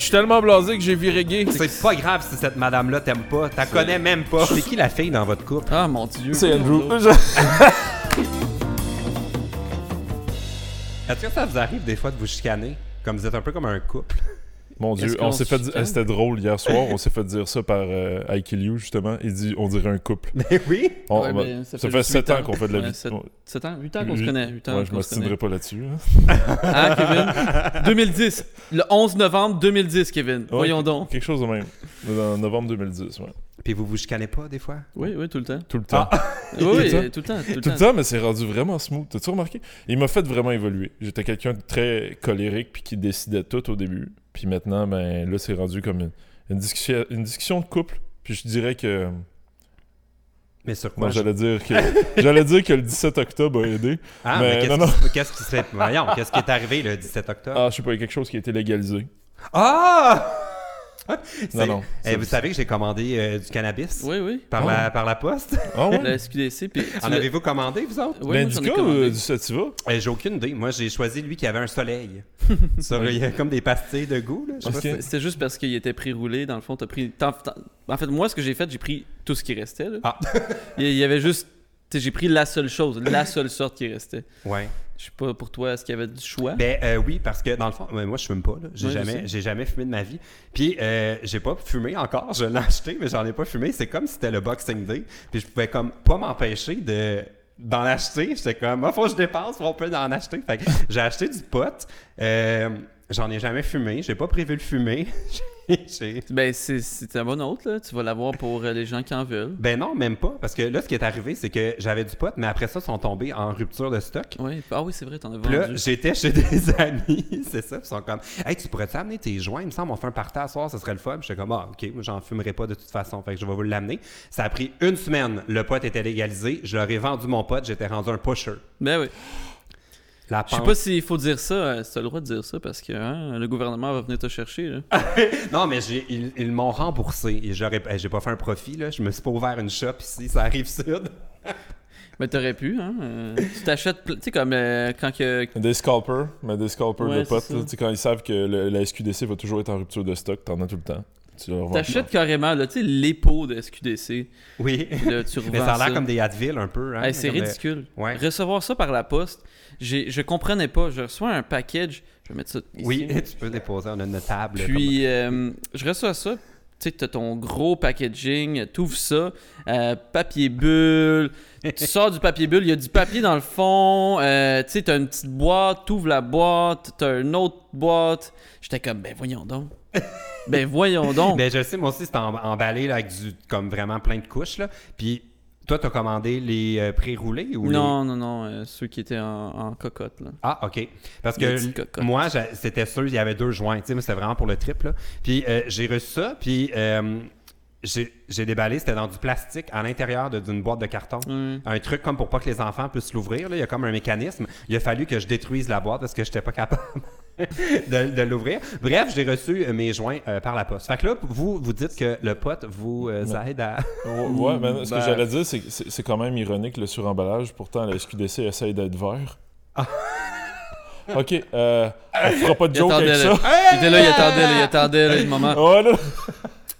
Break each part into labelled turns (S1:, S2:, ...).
S1: suis tellement blasé que j'ai viré gay.
S2: C'est pas grave si cette madame-là t'aime pas. T'as connais même pas. C'est qui la fille dans votre couple?
S1: Ah mon dieu.
S3: C'est Andrew.
S2: Est-ce que ça vous arrive des fois de vous chicaner? Comme vous êtes un peu comme un couple.
S3: Mon dieu,
S1: Est-ce qu'on
S3: on s'est
S1: se
S3: fait dire.
S1: chicane?
S3: C'était drôle hier soir, on s'est fait dire ça par euh, I Kill You, justement. Il dit on dirait un couple.
S2: Mais oui!
S3: On-
S1: Ouais,
S3: bah,
S1: ben, ça
S3: ça,
S1: fait
S3: fait
S1: juste
S3: 7
S1: huit
S3: ans
S1: ans.
S3: qu'on fait de la
S1: Ouais,
S3: vie.
S1: sept-
S3: on-
S1: 7 ans, 8 ans qu'on se
S3: Huit-
S1: connaît. 8 ans
S3: Ouais, je
S1: qu'on se connaît.
S3: m'obstinerai pas là-dessus. hein.
S1: Ah, Kevin. 2010. Le 11 novembre 2010, Kevin. Voyons
S3: Ouais,
S1: donc.
S3: Quelque chose de même. En novembre 2010, ouais.
S2: Puis vous vous chicanez pas des fois?
S1: Oui, oui, tout le temps.
S3: Tout le temps.
S1: Oui,
S3: Tout le
S1: oui,
S3: temps.
S1: tout le temps. Tout le
S3: Tout le
S1: temps.
S3: temps, mais c'est rendu vraiment smooth. T'as-tu remarqué? Il m'a fait vraiment évoluer. J'étais quelqu'un de très colérique puis qui décidait tout au début. Puis maintenant, ben là, c'est rendu comme une, une discussion, une discussion de couple. Puis je dirais que.
S2: Mais sur
S3: Non,
S2: quoi? je-
S3: j'allais dire que. j'allais dire que le 17 octobre a aidé.
S2: Ah, mais,
S3: Mais
S2: qu'est-ce
S3: non,
S2: qui se- qu'est-ce qui se fait? Voyons, qu'est-ce qui est arrivé le 17 octobre?
S3: Ah, je sais pas, il y a quelque chose qui a été légalisé.
S2: Ah!
S3: Non,
S2: C'est-
S3: non.
S2: Eh, vous savez que j'ai commandé euh, du cannabis?
S1: Oui, oui.
S2: Par,
S3: Ah.
S2: la, par la poste?
S3: Ah ouais?
S1: La SQDC. Puis tu
S2: En
S1: l'as-
S2: avez-vous commandé, vous autres?
S1: Ouais, moi, j'en ai
S3: L'indica
S1: commandé.
S3: euh, du Sativa?
S2: Eh, J'ai aucune idée. Moi, j'ai choisi lui qui avait un soleil. Sur- il y a comme des pastilles de goût. Là. Je sais pas
S3: Ok.
S2: si-
S1: C'est- C'était juste parce qu'il était pré-roulé. Dans le fond, t'as pris. t'en- t'en- En fait, moi, ce que j'ai fait, j'ai pris tout ce qui restait. là.
S2: Ah.
S1: Il il y avait juste. tu sais, J'ai pris la seule chose, la seule sorte qui restait.
S2: Ouais.
S1: Je sais pas pour toi, est-ce qu'il y avait du choix
S2: Ben euh, oui, parce que dans le fond, ben, moi je fume pas. là. J'ai
S1: Ouais, je sais.
S2: jamais, j'ai jamais fumé de ma vie. Puis euh, j'ai pas fumé encore. Je l'ai acheté, mais j'en ai pas fumé. C'est comme si c'était le Boxing Day. Puis je pouvais comme pas m'empêcher de d'en acheter. J'étais comme, moi faut que je dépense, faut on peut en acheter. Fait que j'ai acheté du pot. Euh, j'en ai jamais fumé. J'ai pas prévu le fumer. j'ai
S1: Ben, c'est- c'est un bon hôte, là. Tu vas l'avoir pour euh, les gens qui en veulent.
S2: Ben non, même pas. Parce que là, ce qui est arrivé, c'est que j'avais du pot, mais après ça, ils sont tombés en rupture de stock.
S1: Oui. Ah oui, c'est vrai, t'en as
S2: Puis là,
S1: vendu.
S2: j'étais chez des amis, c'est ça. Ils sont comme, hey, tu pourrais-tu amener tes joints? Il me semble, on fait un party à soir, ce serait le fun. Puis J'étais comme, ah, ok, moi, j'en fumerai pas de toute façon. Fait que je vais vous l'amener. Ça a pris une semaine. Le pot était légalisé. Je leur ai vendu mon pot. J'étais rendu un pusher.
S1: Ben oui.
S2: La
S1: Je sais
S2: pente.
S1: pas s'il faut dire ça. euh, Si t'as le droit de dire ça parce que hein, le gouvernement va venir te chercher, là.
S2: Ah! Non, mais j'ai- ils, ils m'ont remboursé. Et j'aurais, eh, j'ai pas fait un profit, là. Je me suis pas ouvert une shop ici. Ça arrive sud.
S1: Ben, t'aurais pu, hein. euh, tu t'achètes. ple- Tu sais, comme euh, quand que.
S3: Des scalpers, mais des scalpers
S1: Ouais,
S3: de
S1: c'est
S3: potes.
S1: ça.
S3: là, tu sais, quand ils savent que le- la SQDC va toujours être en rupture de stock, t'en as tout le temps. Tu leur vends.
S1: T'achètes carrément, là, tu sais, les pots de SQDC.
S2: Oui.
S1: Puis là, tu revends
S2: mais ça a
S1: ça.
S2: l'air comme des Advil un peu. Hein?
S1: Hey, c'est
S2: Comme, euh,
S1: ridicule.
S2: ouais.
S1: Recevoir ça par la poste, j'ai- je comprenais pas. Je reçois un package. Je vais mettre ça ici.
S2: Oui, tu peux déposer. On a une table.
S1: Puis, euh, je reçois ça. Tu sais, t'as ton gros packaging, t'ouvres ça, euh, papier bulle, tu sors du papier bulle, il y a du papier dans le fond, euh, tu sais, t'as une petite boîte, t'ouvres la boîte, t'as une autre boîte. J'étais comme, ben voyons donc. ben voyons donc.
S2: Ben, je sais, moi aussi, c'est en- emballé là, avec du, comme vraiment plein de couches. Là. Puis, toi, t'as commandé les euh, pré-roulés ou les-
S1: non, non, non, euh, ceux qui étaient en, en cocotte, là.
S2: Ah, OK. Parce
S1: Les petites
S2: que
S1: cocottes.
S2: moi, j'a- c'était sûr, il y avait deux joints. Tu sais, mais c'était vraiment pour le trip. Là. Puis, euh, j'ai reçu ça. Puis, euh, j'ai j'ai déballé. C'était dans du plastique à l'intérieur de- d'une boîte de carton.
S1: Ouais.
S2: Un truc comme pour pas que les enfants puissent l'ouvrir. là. Il y a comme un mécanisme. Il a fallu que je détruise la boîte parce que j'étais pas capable. de, de l'ouvrir. Bref, j'ai reçu euh, mes joints euh, par la poste. Fait que là, vous, vous dites que le pote vous euh, aide à...
S3: Ouais, ouais, mais ce
S1: Ben-
S3: que j'allais dire, c'est que c'est c'est quand même ironique le suremballage. Pourtant, la SQDC essaye d'être vert. ok, euh, on fera pas de
S1: Ah. Il
S3: joke avec
S1: attendait, là.
S3: ça.
S1: Il était là, il attendait, là, il attendait, là, le moment.
S3: Ouais, là,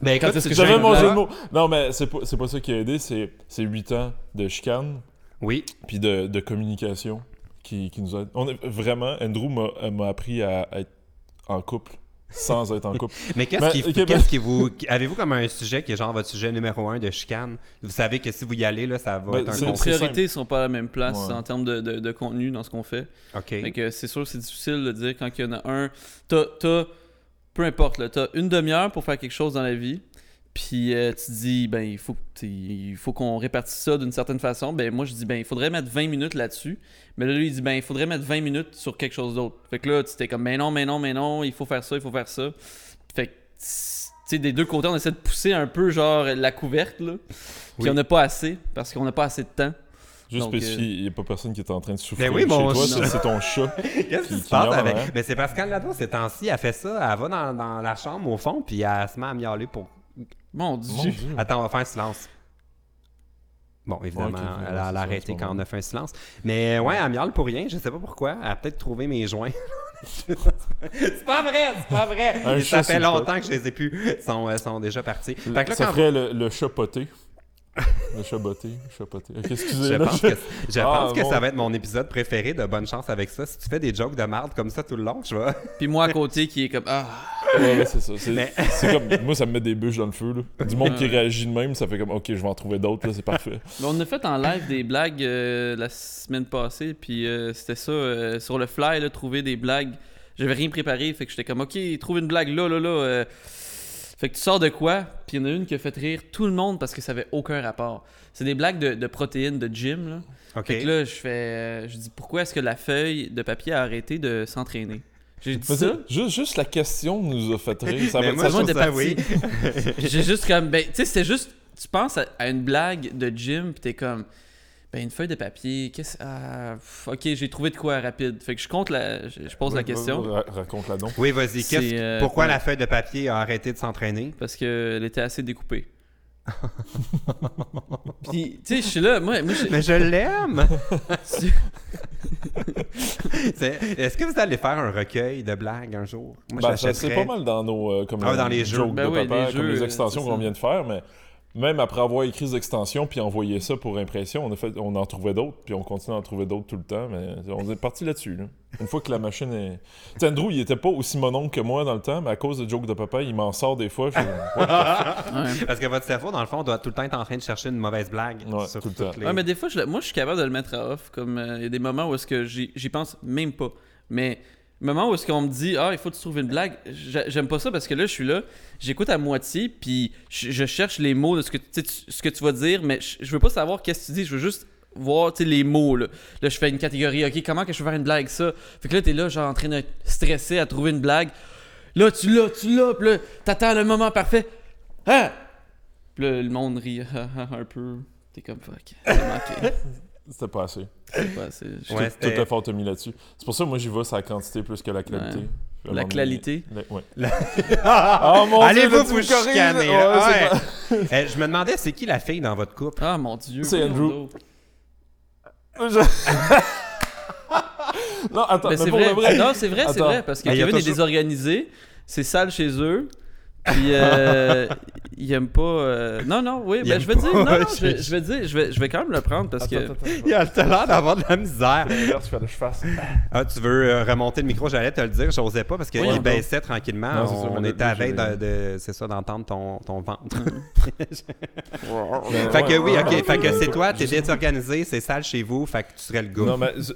S2: Ben
S1: Quand est-ce que
S2: tu viens
S3: j'avais
S1: j'ai
S3: mon
S1: un
S2: de-
S3: jeu de mots. Non, mais c'est pas, c'est pas ça qui a aidé, c'est 8 ans de chicane
S2: Oui.
S3: puis de, de communication qui, qui nous aide. On est, vraiment, Andrew m'a- euh, m'a appris à être en couple sans être en couple.
S2: Mais qu'est-ce
S3: Ben,
S2: qui,
S3: ok,
S2: qu'est-ce
S3: ben-
S2: qui vous... Avez-vous comme un sujet qui est genre votre sujet numéro un de chicane? Vous savez que si vous y allez, là, ça va
S3: Ben,
S2: être un
S3: c'est-
S1: Nos
S3: c'est-
S2: conflit.
S1: priorités sont pas à la même place
S3: Ouais.
S1: en termes de- de- de contenu dans ce qu'on fait.
S2: OK.
S1: Fait que c'est sûr, c'est difficile de dire quand il y en a un. T'as, t'as- peu importe, là, t'as une demi-heure pour faire quelque chose dans la vie. Puis euh, tu dis, ben, il faut, que t'es- il faut qu'on répartisse ça d'une certaine façon. Ben, moi, je dis, ben, il faudrait mettre 20 minutes là-dessus. Mais là, lui, il dit, ben, il faudrait mettre 20 minutes sur quelque chose d'autre. Fait que là, tu t'es comme, ben non, mais non, mais non, il faut faire ça, il faut faire ça. Fait que, tu sais, des deux côtés, on essaie de pousser un peu, genre, la couverte, là. Puis
S2: Oui.
S1: on n'a pas assez, parce qu'on n'a pas assez de temps.
S3: Juste
S1: Donc, euh,
S3: spécifier, il n'y a pas personne qui est en train de souffrir
S2: Ben oui, mon-
S3: chez toi,
S2: Non.
S3: c'est- c'est ton chat.
S2: Qu'est-ce qui
S3: qui-
S2: se
S3: qui
S2: passe
S3: meurt,
S2: avec...
S3: hein?
S2: Mais c'est parce qu'Anne Lado, ces temps-ci, elle fait ça. Elle va dans, dans la chambre, au fond, puis elle se met à miauler pour...
S1: Mon Dieu.
S3: Mon Dieu.
S2: Attends, on va faire un silence. Bon, évidemment,
S3: Ouais, ok,
S2: elle a, elle a
S3: c'est ça,
S2: arrêté
S3: c'est pas
S2: quand on
S3: bon.
S2: a fait un silence. Mais ouais, elle miaule pour rien. Je sais pas pourquoi. Elle a peut-être trouvé mes joints. c'est pas vrai, c'est pas vrai.
S3: Un
S2: ça
S3: chat
S2: fait
S3: sur le
S2: longtemps que je les ai plus. Ils sont, euh, sont déjà partis. Fait que là,
S3: ça
S2: quand-
S3: ferait le, le chapoté. le chapoté, chapoté. Ok,
S2: Je
S3: excusez-moi.
S2: pense que, je
S3: Ah,
S2: pense que
S3: bon.
S2: ça va être mon épisode préféré de Bonne Chance avec ça. Si tu fais des jokes de marde comme ça tout le long, je vais.
S1: Puis moi à côté qui est comme Ah,
S3: Ouais, ouais, c'est ça. C'est
S2: Mais-
S3: c'est comme. Moi, ça me met des bûches dans le feu. là. Du monde qui réagit de même, ça fait comme, ok, je vais en trouver d'autres, là, c'est parfait.
S1: Mais Ben, on a fait en live des blagues euh, la semaine passée, puis euh, c'était ça, euh, sur le fly, là, trouver des blagues. J'avais rien préparé, fait que j'étais comme, ok, trouve une blague là, là, là. euh. Fait que tu sors de quoi, puis il y en a une qui a fait rire tout le monde parce que ça avait aucun rapport. C'est des blagues de, de protéines de gym, là.
S2: OK.
S1: Fait que là, je fais, euh, je dis, pourquoi est-ce que la feuille de papier a arrêté de s'entraîner? J'ai dit
S3: Mais
S1: ça,
S3: c'est- Juste, juste la question nous a fait rire. Ça
S2: Mais
S3: va
S1: ça
S2: moi, je
S1: va
S2: trouve
S1: être
S2: ça,
S1: parti.
S2: oui.
S1: J'ai juste comme, ben, tu sais, c'est juste, tu penses à, à une blague de gym, pis t'es comme, ben, une feuille de papier, qu'est-ce. Ah, pff, ok, j'ai trouvé de quoi rapide. Fait que je compte la. Je, je pose la question.
S3: Raconte la donc.
S2: Oui, vas-y. qu'est-ce-
S1: C'est, euh,
S2: pourquoi
S1: ouais.
S2: la feuille de papier a arrêté de s'entraîner?
S1: Parce qu'elle était assez découpée. Pis, tu sais, je suis là, moi, moi j'ai-
S2: Mais je l'aime!
S1: tu-
S2: C'est- Est-ce que vous allez faire un recueil de blagues un jour? Moi,
S3: Ben, ça,
S2: j'achèterais.
S3: c'est pas mal dans nos euh, comme
S2: Ah,
S3: les
S2: dans les jeux.
S3: jokes
S1: Ben
S3: de
S1: oui,
S3: papa,
S1: les
S3: comme
S1: jeux,
S3: les
S1: euh,
S3: extensions
S1: c'est
S3: qu'on
S1: ça.
S3: vient de faire, mais même après avoir écrit des extensions puis envoyé ça pour impression, on, a fait, on en trouvait d'autres, puis on continue à en trouver d'autres tout le temps, mais on est parti là-dessus. là. Une fois que la machine est... Tu sais, Andrew, il était pas aussi mononcle que moi dans le temps, mais à cause de jokes de papa, il m'en sort des fois. je fais, Ouais,
S1: ouais.
S2: Parce que votre cerveau, dans le fond, doit tout le temps être en train de chercher une mauvaise blague.
S3: Ouais,
S2: sur
S3: tout le
S2: toutes
S3: temps.
S2: les-
S1: Ouais, mais des fois, je, le- moi, je suis capable de le mettre à off. Comme euh, il y a des moments où est-ce que j'y j'y pense même pas. Mais moment où est-ce qu'on me dit ah il faut que tu trouves une blague, j'a- j'aime pas ça parce que là je suis là, j'écoute à moitié puis je, je cherche les mots de ce que tu, tu sais, tu- ce que tu vas dire, mais je, je veux pas savoir qu'est-ce que tu dis, je veux juste voir tu sais, les mots là. Là je fais une catégorie, ok comment que je peux faire une blague ça. Fait que là t'es là genre en train de stresser à trouver une blague. Là tu l'as, tu l'as, puis là t'attends le moment parfait. Ah! Puis là, le monde rit un peu. T'es comme fuck, j'ai manqué.
S3: C'était pas assez.
S1: Ouais, c'est- je-
S2: Ouais,
S3: Tout
S2: c'était-
S3: effort t'as mis là-dessus. C'est pour ça que moi, j'y vais sur la quantité plus que la qualité.
S1: Ouais.
S3: À un
S1: La
S3: moment
S1: qualité?
S3: donné- La- ouais.
S2: Ah,
S3: Oh, mon Dieu,
S2: Allez-vous
S3: vas-tu
S2: vous
S3: me corriger?
S2: chicaner,
S3: Ouais,
S2: là.
S3: c'est
S2: Ouais.
S3: pas-
S2: Eh, je me demandais, c'est qui la fille dans votre couple?
S1: Ah mon dieu.
S3: C'est
S1: voyons
S3: Andrew.
S1: donc.
S3: Je- non, attends,
S1: Mais
S3: mais,
S1: c'est
S3: pour
S1: vrai.
S3: le vrai.
S1: Non, c'est vrai, c'est
S3: Attends.
S1: vrai. Parce que
S2: Ah, il y a
S1: Kevin est
S2: toujours-
S1: désorganisé. C'est sale chez eux. Puis euh, il aime pas. euh, Non, non, oui.
S2: Il
S1: Ben,
S2: aime
S1: je vais dire. Non,
S2: pas,
S1: non,
S2: j'ai-
S1: je, je vais dire. Je vais, je vais quand même le prendre parce que.
S3: Attends, attends, attends.
S2: Il a l'air d'avoir de la misère.
S3: L'inverse, il fallait que je fasse.
S2: Ah, tu veux euh, remonter le micro, j'allais te le dire, j'osais pas parce qu'il
S1: Oui, pardon.
S2: baissait tranquillement.
S3: Non, c'est
S2: on
S3: ça, mais
S2: on
S3: là,
S2: était à veille de,
S3: j'ai-
S2: de- c'est ça, d'entendre ton, ton ventre.
S3: Ben,
S2: fait que
S3: ouais.
S2: oui, ok, fait que c'est toi, t'es désorganisé, c'est sale chez vous, fait que tu serais le gars.
S3: Non, mais z-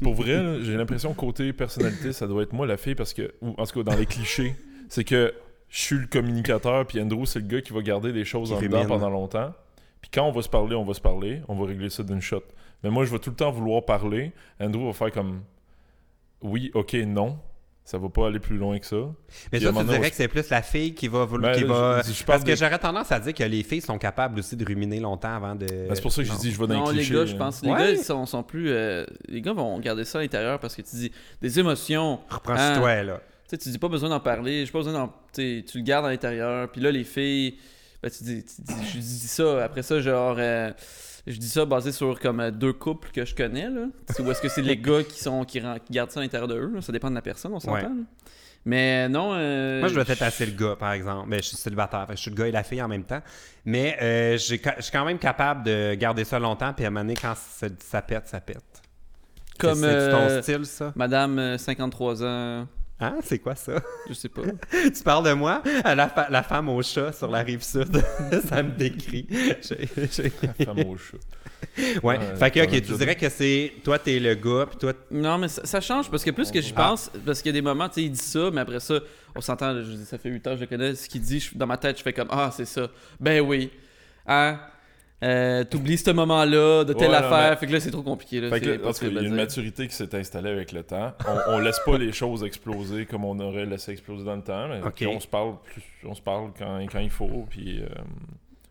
S3: pour vrai, là, j'ai l'impression que côté personnalité, ça doit être moi la fille parce que, ou en tout cas dans les clichés, c'est que je suis le communicateur, puis Andrew, c'est le gars qui va garder les choses
S2: Qui
S3: en
S2: rumine.
S3: dedans pendant longtemps. Puis quand on va se parler, on va se parler, on va régler ça d'une shot. Mais moi, je vais tout le temps vouloir parler. Andrew va faire comme oui, ok, non. Ça va pas aller plus loin que ça.
S2: mais
S3: Puis
S2: ça,
S3: à un
S2: tu
S3: moment
S2: dirais
S3: donné,
S2: que c'est plus la fille qui va. vouloir-
S3: Ben,
S2: qui
S3: là,
S2: va...
S3: je- je parle
S2: Parce que
S3: des-
S2: j'aurais tendance à dire que les filles sont capables aussi de ruminer longtemps avant de.
S3: Ben, c'est pour ça que j'ai
S2: Non.
S3: dit je vais dans
S1: Non, les
S3: les clichés. hein.
S1: gars, je pense. Les
S2: Ouais.
S1: gars, ils sont, sont plus. euh, Les gars vont garder ça à l'intérieur parce que tu dis des émotions.
S2: Reprends
S1: Ah.
S2: sur toi, là.
S1: Tu sais, tu dis pas besoin d'en parler, j'ai pas besoin d'en. Tu sais, tu le gardes à l'intérieur. Puis là, les filles, ben, tu dis, tu dis- je dis ça. Après ça, genre, euh, je dis ça basé sur comme euh, deux couples que je connais. Là. Tu sais, Ou est-ce que c'est les gars qui sont qui, ren- qui gardent ça à l'intérieur de eux là. Ça dépend de la personne, on s'entend.
S2: Ouais.
S1: là. Mais non. euh,
S2: Moi, je dois être assez le gars, par exemple. Mais je suis célibataire. fait que Je suis le gars et la fille en même temps. Mais euh, j'ai ca- je suis quand même capable de garder ça longtemps. Puis à un moment donné, quand ça, ça pète, ça pète.
S1: Comme
S2: C'est c'est ton
S1: euh,
S2: style, ça?
S1: Madame euh, 53 ans,
S2: Hein? C'est quoi ça?
S1: je sais pas.
S2: tu parles de moi? à La, fa- la femme au chat sur la rive sud. ça me décrit. J'ai- j'ai-
S3: La femme au chat.
S2: Ouais.
S3: Ouais,
S2: fait que,
S3: ça va
S2: ok,
S3: être
S2: tu
S3: dur.
S2: dirais que c'est. Toi, t'es le gars. Puis toi, t-
S1: Non, mais ça, ça change parce que plus que j'y
S2: Ah.
S1: pense, parce qu'il y a des moments, tu sais, il dit ça, mais après ça, on s'entend, là, je dis, ça fait 8 ans, je le connais, ce qu'il dit, je- dans ma tête, je fais comme Ah, c'est ça. Ben oui. Hein? Euh, T'oublies ce moment-là, de telle
S3: Ouais, non,
S1: affaire,
S3: mais-
S1: fait que là, c'est trop compliqué. Là,
S3: Fait que
S1: c'est
S3: là, en tout cas,
S1: impossible
S3: il y
S1: à
S3: a une
S1: dire.
S3: maturité qui s'est installée avec le temps. On, on laisse pas les choses exploser comme on aurait laissé exploser dans le temps, mais
S2: Ok.
S3: puis on se parle, plus- on se parle quand, quand il faut, puis euh,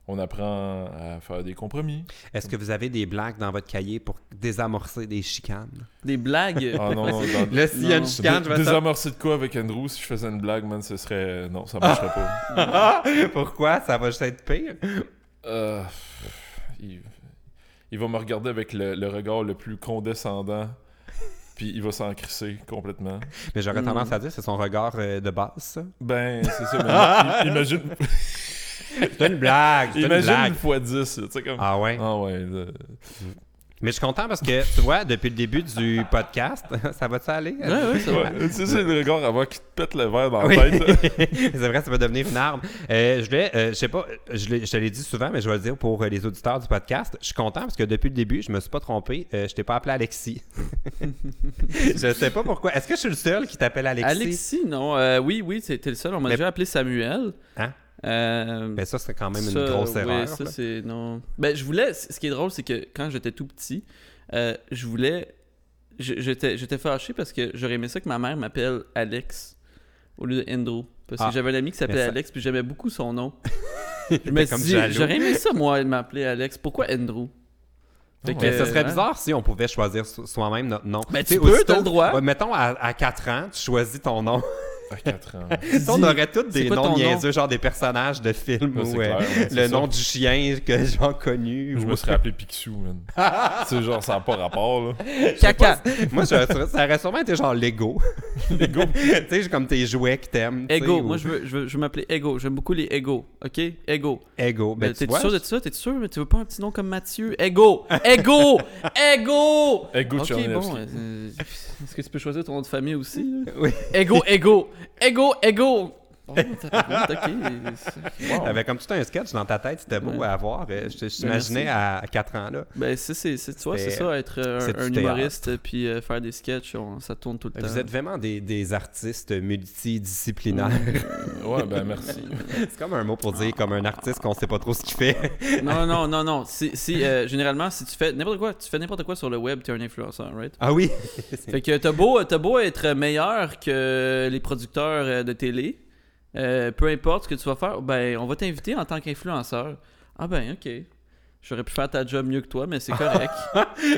S3: on apprend à faire des compromis.
S2: est-ce que vous avez des blagues dans votre cahier pour désamorcer des chicanes?
S1: Des blagues.
S3: Ah non, non, dans-
S2: Là, s'il y a une
S1: Non.
S2: chicane,
S3: Dé-
S2: je vais sortir.
S3: désamorcer de quoi avec Andrew si je faisais une blague, man, ce serait non, ça marcherait
S1: Ah.
S3: pas.
S2: Ah! Pourquoi? Ça va juste être pire.
S3: Euh, il, il va me regarder avec le, le regard le plus condescendant puis il va s'en crisser complètement.
S2: Mais j'aurais
S1: Mm.
S2: tendance à dire, c'est son regard euh, de base, ça.
S3: Ben, c'est ça, mais i- imagine,
S2: C'est une blague, c'est une
S3: imagine
S2: blague.
S3: une fois 10, là, tu sais, comme... Ah,
S2: Ah ouais.
S3: ouais, là.
S2: Mais je suis content parce que, tu vois, depuis le début du podcast, ça va-tu aller?
S3: Ah.
S1: Ouais, ouais, ça va.
S3: Ouais, tu sais, c'est le regard à voir qui te pète le verre dans
S2: Oui.
S3: la tête.
S2: c'est vrai, ça va devenir une arme. Euh, je voulais, euh, je sais pas, je, l'ai- je te l'ai dit souvent, mais je vais le dire pour euh, les auditeurs du podcast. Je suis content parce que depuis le début, je me suis pas trompé. Euh, je t'ai pas appelé Alexis. je sais pas pourquoi. Est-ce que je suis le seul qui t'appelle Alexis?
S1: Alexis, non. Euh, oui, oui, c'était le seul. On m'a
S2: Mais-
S1: déjà appelé Samuel.
S2: Hein?
S1: Euh,
S2: Mais Ben, ça, c'est quand même
S1: ça,
S2: une grosse
S1: oui,
S2: erreur.
S1: ça,
S2: là.
S1: c'est- Non. Ben, je voulais. c- Ce qui est drôle, c'est que quand j'étais tout petit, euh, je voulais. je- J'étais j'étais fâché parce que j'aurais aimé ça que ma mère m'appelle Alex au lieu de Andrew. Parce que
S2: Ah.
S1: j'avais un ami qui s'appelait
S2: Mais ça-
S1: Alex, puis j'aimais beaucoup son nom. je me suis
S2: comme
S1: dit,
S2: jaloux.
S1: j'aurais aimé ça, moi, de m'appeler Alex. Pourquoi Andrew Fait
S3: Ah
S2: Mais
S3: ouais.
S2: ce serait
S1: hein.
S2: bizarre si on pouvait choisir so- soi-même notre nom.
S1: Ben,
S2: Tu sais,
S1: tu peux, t'as
S2: aussitôt-
S1: le droit.
S2: Ouais, mettons, à, à 4 ans, tu choisis ton nom.
S3: À 4 ans.
S2: on aurait tous
S1: c'est
S2: des
S1: quoi ton
S2: noms
S1: nom?
S2: niaiseux, genre des personnages de films
S3: Ouais,
S2: ou
S3: c'est
S2: euh,
S3: clair, ouais, c'est
S2: le
S3: ça.
S2: nom du chien que j'ai connu.
S3: Je
S2: ou-
S3: me serais appelé Picsou, man. c'est genre, ça n'a pas rapport, là.
S1: Caca
S2: Moi, je- ça aurait sûrement été genre Lego. Lego. tu sais, j'ai comme tes jouets que t'aimes. tu sais,
S1: Ego,
S2: ou-
S1: moi je veux, je veux, je veux m'appeler Ego. J'aime beaucoup les Ego, ok? Ego.
S2: Ego.
S1: Euh,
S2: Ben, tu
S1: T'es
S2: vois,
S1: sûr de ça? T'es sûr? Mais tu veux pas un petit nom comme Mathieu? Ego! Ego! Ego!
S3: Ego
S1: Ok,
S3: Tcherniavski.
S1: bon. euh, Est-ce que tu peux choisir ton nom de famille aussi? là?
S2: Oui.
S1: Ego, Ego! Ego, Ego! Bon, t'as- ok. Wow.
S2: T'avais comme tout un sketch dans ta tête, c'était beau
S1: Ouais.
S2: à voir. euh, Je, je t'imaginais à 4 ans, là.
S1: Ben, c'est, c'est, c'est- tu vois, c'est
S2: C'est-
S1: ça, être euh,
S2: c'est
S1: un,
S2: du
S1: un
S2: théâtre.
S1: humoriste puis euh, faire des sketchs, on- ça tourne tout le temps.
S2: Vous êtes vraiment des, des artistes multidisciplinaires.
S3: Ouais, ben merci.
S2: C'est comme un mot pour dire comme un artiste qu'on sait pas trop ce qu'il fait.
S1: Non, non, non, non. Si, si, euh, généralement, si tu fais n'importe quoi, tu fais n'importe quoi sur le web, t'es un influenceur, right?
S2: Ah oui?
S1: Fait que t'as beau, t'as beau être meilleur que les producteurs euh, de télé, euh, peu importe ce que tu vas faire, ben on va t'inviter en tant qu'influenceur. Ah ben ok. J'aurais pu faire ta job mieux que toi, mais c'est correct.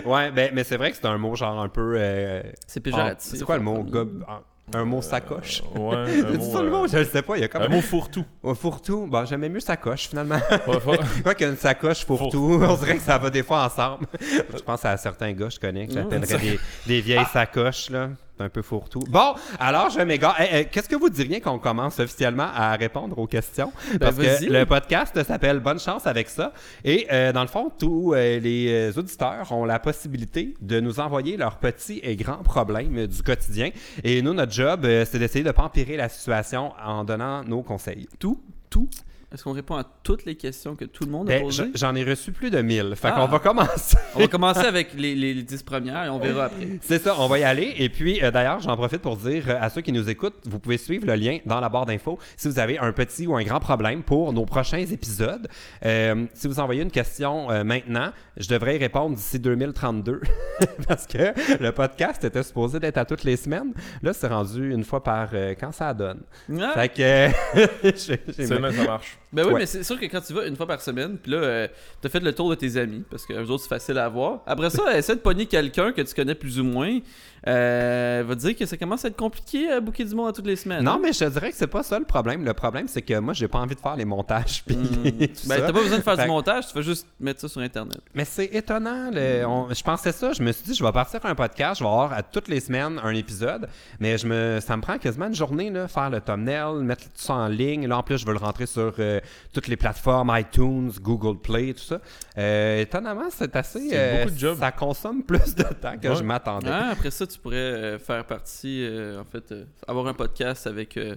S2: ouais, ben, mais c'est vrai que c'est un mot genre un peu. euh,
S1: c'est
S2: en-
S1: péjoratif.
S2: c'est quoi le mot? gob- en- Un mot sacoche?
S3: Ouais, un
S2: C'est
S3: mot,
S2: ça le
S3: euh,
S2: mot? Je le sais pas. Il y a comme
S3: Un mot fourre-tout.
S2: un fourre-tout. Bon, j'aimais mieux sacoche finalement.
S3: Ouais, ouais.
S2: Quoi qu'une sacoche pour
S3: Pour-
S2: tout, on dirait que ça va des fois ensemble. je pense à certains gars que je connais qui
S1: Non,
S2: j'appellerais des, des vieilles sacoches, là. C'est un peu fourre-tout. Bon, alors, je m'égare. Hey, hey, Qu'est-ce que vous diriez qu'on commence officiellement à répondre aux questions? Parce
S1: vas-y.
S2: que le podcast s'appelle Bonne chance avec ça. Et euh, dans le fond, tous euh, les auditeurs ont la possibilité de nous envoyer leurs petits et grands problèmes euh, du quotidien. Et nous, notre job, euh, c'est d'essayer de ne pas empirer la situation en donnant nos conseils.
S1: Tout, tout. Est-ce qu'on répond à toutes les questions que tout le monde a
S2: Ben,
S1: posées?
S2: j- J'en ai reçu plus de 1000. Fait
S1: Ah.
S2: qu'on va commencer.
S1: On va commencer avec les, les, les 10 premières et on verra après.
S2: C'est ça, on va y aller. Et puis, euh, d'ailleurs, j'en profite pour dire euh, à ceux qui nous écoutent, vous pouvez suivre le lien dans la barre d'infos si vous avez un petit ou un grand problème pour nos prochains épisodes. Euh, si vous envoyez une question euh, maintenant, je devrais y répondre d'ici 2032 parce que le podcast était supposé d'être à toutes les semaines. Là, c'est rendu une fois par euh, quand ça donne.
S1: Ah!
S2: Fait que euh, j'ai- j'ai-
S3: C'est là que ça marche.
S1: Ben oui,
S2: Ouais.
S1: mais c'est sûr que quand tu vas une fois par semaine, puis là, euh, t'as fait le tour de tes amis, parce que eux autres, c'est facile à voir. Après ça, essaie de pogner quelqu'un que tu connais plus ou moins. Euh, va te dire que ça commence à être compliqué à bouquer du monde à toutes les semaines.
S2: Non, mais je te dirais que c'est pas ça le problème. Le problème, c'est que moi, j'ai pas envie de faire les montages. puis les- tout
S1: Ben,
S2: ça.
S1: t'as pas besoin de faire
S2: Fait
S1: du
S2: que-
S1: montage, tu fais juste mettre ça sur Internet.
S2: Mais c'est étonnant. le- on- je pensais ça. Je me suis dit, je vais partir un podcast. Je vais avoir à toutes les semaines un épisode. Mais je me, ça me prend quasiment une journée, là, faire le thumbnail, mettre tout ça en ligne. Là, en plus, je veux le rentrer sur euh, toutes les plateformes, iTunes, Google Play, tout ça. Euh, étonnamment, c'est assez. euh,
S3: C'est beaucoup de job.
S2: Ça consomme plus de temps que
S3: Ouais.
S2: je m'attendais.
S1: Ah, après ça, tu pourrais euh, faire partie, euh, en fait, euh, avoir un podcast avec euh,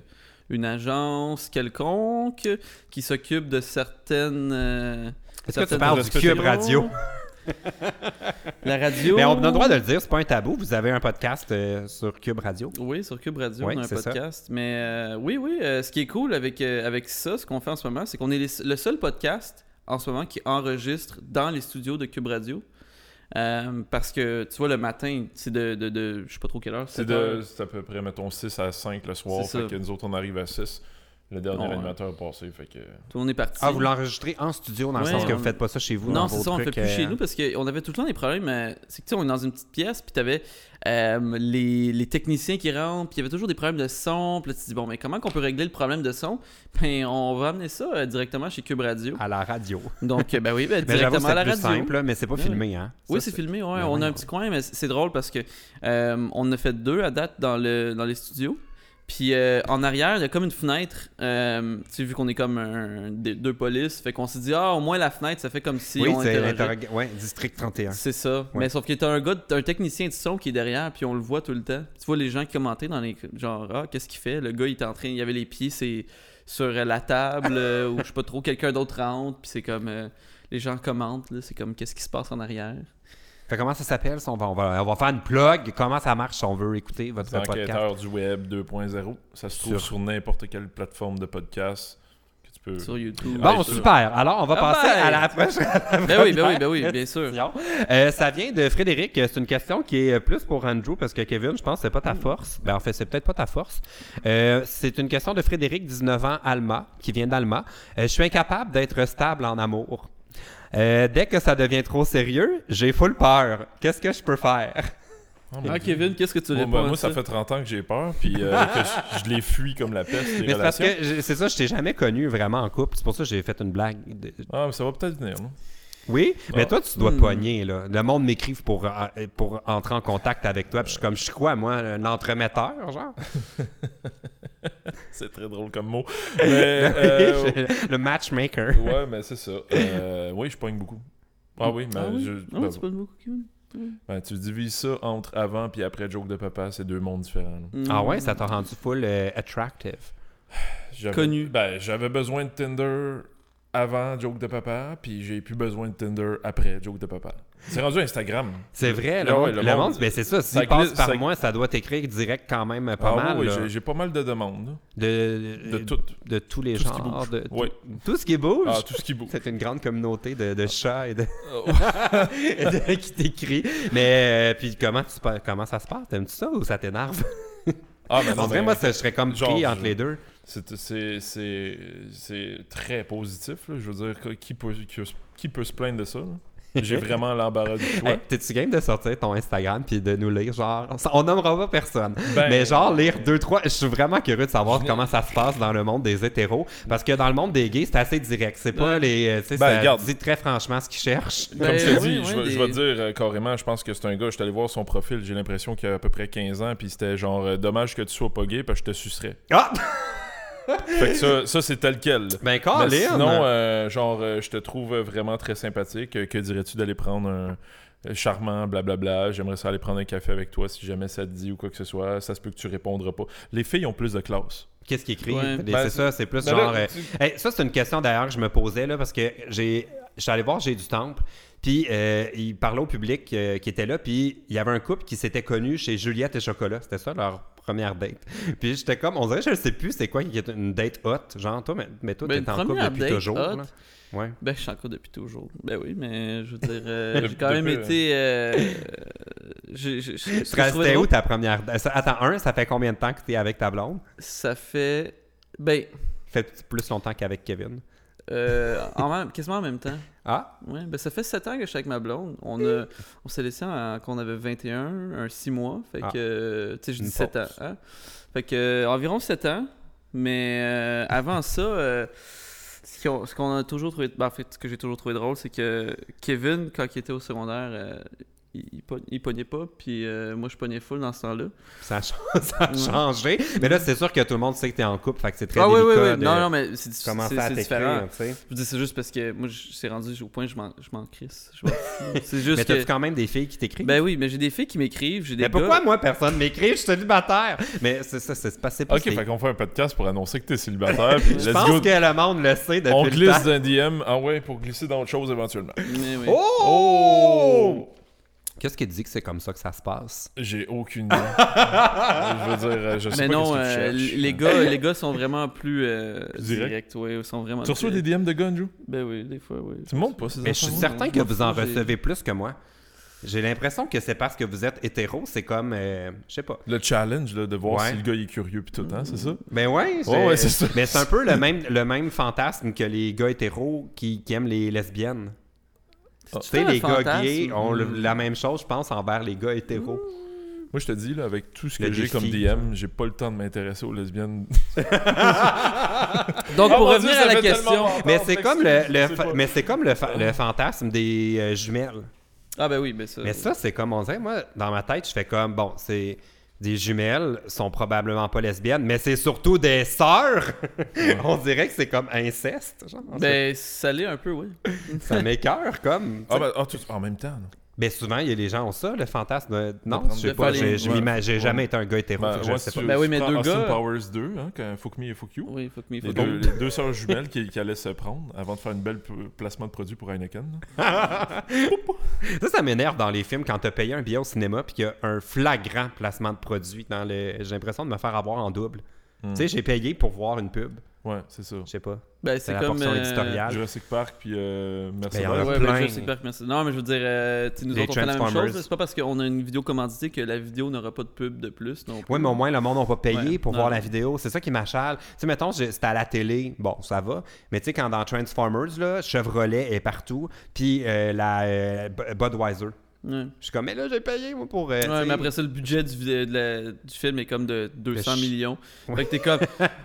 S1: une agence quelconque qui s'occupe de certaines. euh,
S2: Est-ce que tu
S1: certaines
S2: parles du
S1: questions.
S2: Cube Radio?
S1: La radio.
S2: Mais on a le droit de le dire, c'est pas un tabou. Vous avez un podcast euh, sur Cube Radio.
S1: Oui, sur Cube Radio,
S2: Ouais,
S1: on a un
S2: c'est ça.
S1: podcast. Mais euh, oui, oui, euh, ce qui est cool avec, euh, avec ça, ce qu'on fait en ce moment, c'est qu'on est les- le seul podcast en ce moment qui enregistre dans les studios de Cube Radio. Euh, parce que, tu vois, le matin, c'est de, de, de- Je sais pas trop quelle heure.
S3: C'est
S1: sept heures.
S3: de- c'est à peu près, mettons, 6 à 5 le soir.
S1: C'est
S3: Fait
S1: ça.
S3: que nous autres, on arrive à 6. Le dernier
S1: Ouais.
S3: animateur a passé, fait que...
S1: Tout le monde est parti.
S2: Ah, vous l'enregistrez en studio dans le
S1: Ouais,
S2: sens que
S1: on-
S2: vous faites pas ça chez vous.
S1: Non,
S2: dans
S1: c'est
S2: vos
S1: ça, on le fait
S2: trucs,
S1: plus chez
S2: euh,
S1: nous parce qu'on avait tout le temps des problèmes. euh, C'est que tu sais, on est dans une petite pièce, puis t'avais euh, les, les techniciens qui rentrent, puis il y avait toujours des problèmes de son. Puis là, tu te dis, bon, mais comment qu'on peut régler le problème de son Ben, on va amener ça euh, directement chez Cube Radio.
S2: À la radio.
S1: Donc, euh, ben oui, ben,
S2: Mais j'avoue,
S1: directement à
S2: c'est
S1: la
S2: plus
S1: radio.
S2: simple, là, mais c'est pas
S1: Ouais.
S2: filmé, hein.
S1: oui,
S2: Ça,
S1: c'est filmé, ouais,
S2: Ben
S1: on a un
S2: voyons.
S1: petit coin, mais c'est c'est drôle parce que euh, on en a fait deux à date dans, le, dans les studios. Puis euh, en arrière, il y a comme une fenêtre. euh, tu sais, vu qu'on est comme un- des- deux polices, fait qu'on s'est dit, ah, au moins la fenêtre, ça fait comme si
S2: Oui,
S1: on
S2: c'est
S1: interrogeait.
S2: l'interroga- ouais, District 31.
S1: C'est ça. Mais sauf que t'as un gars, t'as un technicien de son qui est derrière, puis on le voit tout le temps. Tu vois les gens commenter dans les. Genre, ah, qu'est-ce qu'il fait Le gars, il est en train. Il avait les pieds c'est sur euh, la table, euh, ou je sais pas trop, quelqu'un d'autre rentre, puis c'est comme. euh, les gens commentent, là, c'est comme qu'est-ce qui se passe en arrière.
S2: Fait comment ça s'appelle? ça? On va, on, va, on va faire une plug. Comment ça marche si on veut écouter votre podcast?
S3: Enquêteur du web 2.0. Ça se trouve
S2: Sur-
S3: sur, n'importe quelle plateforme de podcast que tu peux...
S1: Sur YouTube.
S2: Bon,
S3: Ouais, c'est-
S2: super. Alors, on va
S1: Ah
S2: passer
S1: ben!
S2: à la prochaine.
S1: ben oui, ben oui, ben oui, bien sûr.
S2: question. Euh, ça vient de Frédéric. Euh, C'est une question qui est plus pour Andrew parce que Kevin, je pense que c'est pas ta
S3: Mm.
S2: force. Ben, en fait, c'est peut-être pas ta force. Euh, c'est une question de Frédéric, 19 ans, Alma, qui vient d'Alma. Euh, je suis incapable d'être stable en amour. Euh, dès que ça devient trop sérieux, j'ai full peur. Qu'est-ce que je peux faire?
S3: Oh, mon
S1: Ah,
S3: Dieu.
S1: Kevin, qu'est-ce que tu
S3: Bon,
S1: réponds
S3: ben,
S1: à
S3: moi, ça fait 30 ans que j'ai peur, puis euh, que je, je les fuis comme la peste, les
S2: Mais c'est parce
S3: relations.
S2: que j'ai- c'est ça, je t'ai jamais connu vraiment en couple. C'est pour ça que j'ai fait une blague. de-
S3: Ah, mais ça va peut-être venir, non?
S2: Oui, mais
S3: Ah.
S2: toi, tu dois
S1: Hmm.
S2: pogner. Là. Le monde m'écrit pour, euh, pour entrer en contact avec toi. Puis je suis comme, je suis quoi, moi, un entremetteur, genre?
S3: C'est très drôle comme mot. Mais, euh,
S2: le matchmaker.
S3: ouais, mais c'est ça. Euh, oui, je pogne beaucoup. Ah oui, mais
S1: Ah oui?
S3: je-
S1: Non,
S3: ben,
S1: c'est pas de beaucoup, Kevin.
S3: ben, tu divises ça entre avant puis après Joke de papa, c'est deux mondes différents. là.
S2: Ah
S1: Mm.
S2: ouais, ça t'a rendu full euh, attractive.
S3: J'avais-
S1: Connu.
S3: Ben, j'avais besoin de Tinder avant Joke de papa, puis j'ai plus besoin de Tinder après Joke de papa. C'est rendu Instagram.
S2: C'est vrai, le,
S3: Ah ouais,
S2: monde,
S3: le
S2: le
S3: monde-
S2: monde, ben c'est ça.
S3: ça
S2: S'il passe
S3: glisse,
S2: par
S3: ça-
S2: moi, ça doit t'écrire direct quand même euh, pas
S3: Ah oui,
S2: mal.
S3: oui,
S2: là.
S3: j'ai- j'ai pas mal de demandes. là.
S2: de,
S3: De tout.
S2: de tous les
S3: Tout ce qui
S2: genres.
S3: bouge.
S2: de- tout-
S3: Ouais.
S2: Tout ce qui bouge.
S3: Ah, Euh, tout ce qui bouge.
S2: C'est une grande communauté de, de chats et de, et de- qui t'écrit. Mais euh, puis comment, tu, pa- comment ça se passe? T'aimes-tu ça ou ça t'énerve?
S3: Ah, ben non,
S2: En vrai,
S3: mais
S2: moi, ça- je serais comme
S3: genre,
S2: pris entre
S3: je-
S2: les deux.
S3: c'est- c'est- c'est c'est très positif. là. Je veux dire, que- qui peut, qui, qui peut se plaindre de ça? là? J'ai vraiment l'embarras du choix.
S2: Hey, T'es-tu game de sortir ton Instagram puis de nous lire, genre, on- on nommera pas personne,
S3: Ben-
S2: mais genre lire deux, trois. Je suis vraiment curieux de savoir comment ça se passe dans le monde des hétéros parce que dans le monde des gays, c'est assez direct. C'est pas les. euh, Tu sais,
S3: Ben,
S2: ça
S3: regarde.
S2: dit très franchement ce qu'ils cherchent.
S1: Ben,
S3: Comme je
S1: oui,
S3: te dis,
S1: oui,
S3: je, vais-
S1: des-
S3: je vais te dire euh, carrément, je pense que c'est un gars, je suis allé voir son profil, j'ai l'impression qu'il a à peu près 15 ans, puis c'était genre euh, dommage que tu sois pas gay, parce que je te sucerais.
S2: Ah!
S3: Fait que ça, ça c'est tel quel.
S2: Ben,
S3: Mais
S2: Colin!
S3: sinon, euh, genre, euh, je te trouve vraiment très sympathique. Euh, Que dirais-tu d'aller prendre un euh, charmant, blablabla, j'aimerais ça aller prendre un café avec toi si jamais ça te dit ou quoi que ce soit, ça se peut que tu répondras pas. Les filles ont plus de classe.
S2: Qu'est-ce qu'ils écrivent?
S1: Ouais.
S2: Les-
S3: Ben,
S2: c'est ça, c'est plus
S3: Ben là,
S2: genre. euh,
S3: tu-
S2: Hey, ça, c'est une question d'ailleurs que je me posais là, parce que j'ai. Je suis allé voir J'ai du Temple, puis euh, il parlait au public euh, qui était là, puis il y avait un couple qui s'était connu chez Juliette et Chocolat. C'était ça leur première date. Puis j'étais comme, on dirait, que je ne sais plus c'est quoi qui est une date hot. Genre, toi, mais, mais toi,
S1: Ben,
S2: t'es
S1: une
S2: en couple
S1: première
S2: depuis
S1: date
S2: toujours.
S1: hot.
S2: là. Ouais.
S1: Ben, je suis en couple depuis toujours. Ben oui, mais je veux dire, euh,
S3: Depuis-
S1: j'ai quand même
S3: depuis,
S1: été. euh, j'ai- j'ai- j'ai- ce que je trouvais
S2: C'était où
S1: drôle,
S2: ta première date? Ça- Attends, un, ça fait combien de temps que t'es avec ta blonde?
S1: Ça fait. Ben,
S2: Fait plus longtemps qu'avec Kevin.
S1: euh, en même- quasiment en même temps.
S2: Ah,
S1: Ouais, ben ça fait 7 ans que je suis avec ma blonde. On, a- on s'est laissé en- quand on avait 21, un 6 mois. Fait que,
S2: Ah.
S1: euh, tu sais, je
S2: Une
S1: dis 7 ans.
S2: pause.
S1: hein. Fait que, euh, environ 7 ans. Mais euh, avant ça, euh, ce qu'on ce qu'on a toujours trouvé. ben, en fait, ce que j'ai toujours trouvé drôle, c'est que Kevin, quand il était au secondaire, euh, il, il, pog- il pognait pas. Puis euh, moi, je pognais full dans ce temps-là.
S2: ça a, ch- ça a
S1: Ouais.
S2: changé. Mais là, c'est sûr que tout le monde sait que t'es en couple, fait que c'est très
S1: Ah oui,
S2: délicat
S1: oui, oui.
S2: de
S1: Non, non, mais c'est difficile.
S2: commencer
S1: C'est
S2: à
S1: c'est différent.
S2: t'écrire, tu sais.
S1: Je veux dire, c'est juste parce que moi, je suis rendu au point, je m'en je m'en crisse. Je m'en fous. C'est juste
S2: Mais
S1: que.
S2: t'as-tu quand même des filles qui t'écrivent?
S1: Ben oui, mais j'ai des filles qui m'écrivent, j'ai des
S2: mais
S1: gars-
S2: pourquoi moi personne m'écrit? Je suis célibataire! Mais c'est ça, c'est passé
S3: Ok,
S2: parce que
S3: fait qu'on fait un podcast pour annoncer que t'es célibataire, puis
S2: je
S3: let's
S2: pense
S3: go.
S2: que le monde le sait depuis
S3: On
S2: le
S3: glisse
S2: temps.
S3: d'un DM, ah ouais, pour glisser dans autre chose éventuellement.
S1: Mais oui.
S2: Oh! Qu'est-ce qui dit que c'est comme ça que ça se passe?
S3: J'ai aucune idée. je veux dire, euh, je sais
S1: mais
S3: pas
S1: non,
S3: qu'est-ce que tu
S1: euh,
S3: cherches.
S1: les gars, les gars sont vraiment plus euh,
S3: Direct.
S1: directs, ouais, ils sont vraiment.
S3: Tu reçois
S1: plus-
S3: des DM de gars, Andrew?
S1: Ben oui, des fois, oui.
S3: Tu me montres pas ces
S2: euh, Mais je suis
S1: Oh.
S3: affaires-là?
S1: certain
S2: certain
S1: que moi,
S2: que vous en
S1: j'ai-
S2: recevez plus que moi. J'ai l'impression que c'est parce que vous êtes hétéro, c'est comme, euh, je sais pas.
S3: Le challenge là, de voir
S2: Ouais.
S3: si le gars il est curieux puis tout, hein, c'est ça?
S2: Ben ouais, j'ai-
S3: Ouais, ouais, c'est ça.
S2: mais c'est un peu le même, le même fantasme que les gars hétéros qui, qui aiment les lesbiennes.
S3: Ah.
S2: Tu sais,
S1: C'est
S2: les
S1: un
S2: gars gays
S1: fantasme.
S2: ont le- la même chose, je pense, envers les gars hétéros.
S3: Moi, je te dis, là, avec tout ce
S2: Le
S3: que j'ai
S2: défi.
S3: comme DM, j'ai pas le temps de m'intéresser aux lesbiennes.
S1: Donc,
S2: Ah,
S1: pour
S3: Oh mon
S1: revenir
S3: Dieu,
S1: à
S3: ça
S1: la
S3: fait
S1: question.
S3: tellement
S2: Mais
S3: peur,
S2: c'est
S3: Ah, fait
S2: comme
S3: que
S2: le,
S3: c'est-
S2: le
S3: c'est
S2: fa-
S3: pas-
S2: mais c'est comme le, fa- le fantasme des euh, jumelles.
S1: Ah, ben oui, mais ça.
S3: Euh.
S2: Mais ça, c'est comme on dirait, moi, dans ma tête, je fais comme, bon, c'est des jumelles, sont probablement pas lesbiennes, mais c'est surtout des sœurs. on dirait que c'est comme inceste, genre.
S1: Ben, ça l'est un peu, oui.
S2: Ça m'écoeure, comme.
S3: Ah, ben, ah, tout- en même temps. là.
S2: Mais souvent, il y a les gens ont ça, le fantasme. de- Non,
S3: prendre-
S2: je sais
S1: de
S2: pas,
S1: faire
S2: j'ai
S1: les-
S2: j'ai
S3: Ouais.
S2: m'ima- j'ai jamais été un gars hétéro,
S3: Ben,
S2: fait que je
S3: ouais,
S2: sais
S3: si
S2: pas.
S3: tu-
S1: Ben oui,
S3: tu
S1: mais
S3: prends
S1: deux
S3: Austin
S1: gars-
S3: Powers 2, hein, quand Fuck Me et Fuck You.
S1: Oui, fuck me,
S3: Les
S1: fuck
S3: deux,
S1: you.
S3: les deux sœurs jumelles qui, qui allaient se prendre avant de faire une belle p- placement de produit pour Heineken. là.
S2: Ça, ça m'énerve dans les films quand t'as payé un billet au cinéma puis qu'il y a un flagrant placement de produit dans le. J'ai l'impression de me faire avoir en double.
S3: Hmm.
S2: Tu sais, j'ai payé pour voir une pub.
S3: Ouais, c'est ça.
S2: Je sais pas.
S1: Ben,
S2: C'est
S1: c'est
S2: la
S1: comme.
S2: portion
S1: euh,
S2: éditoriale.
S3: Jurassic Park puis euh,
S2: Ben,
S3: Mercedes.
S2: il y en a
S1: Ouais,
S2: plein.
S1: ben, Jurassic Park, merci. Non, mais je veux dire, euh, tu sais, nous
S2: Les
S1: autres, on fait la même
S2: Transformers.
S1: chose. là. C'est pas parce qu'on a une vidéo commanditée que la vidéo n'aura pas de pub de plus. Non plus.
S2: Oui, mais au moins, le monde n'a pas payé
S1: Ouais.
S2: pour
S1: Non,
S2: voir
S1: non.
S2: la vidéo. C'est ça qui m'achale. Tu sais, mettons, j'ai- c'était à la télé. Bon, ça va. Mais tu sais, quand dans Transformers, là, Chevrolet est partout, puis euh, la euh, B- Budweiser.
S1: Ouais.
S2: Je suis comme, mais là, j'ai payé, moi, pour. euh, tu
S1: Ouais,
S2: sais.
S1: mais après ça, le budget du, vi- de la- du film est comme de 200
S2: Le ch-
S1: millions. Fait que t'es comme.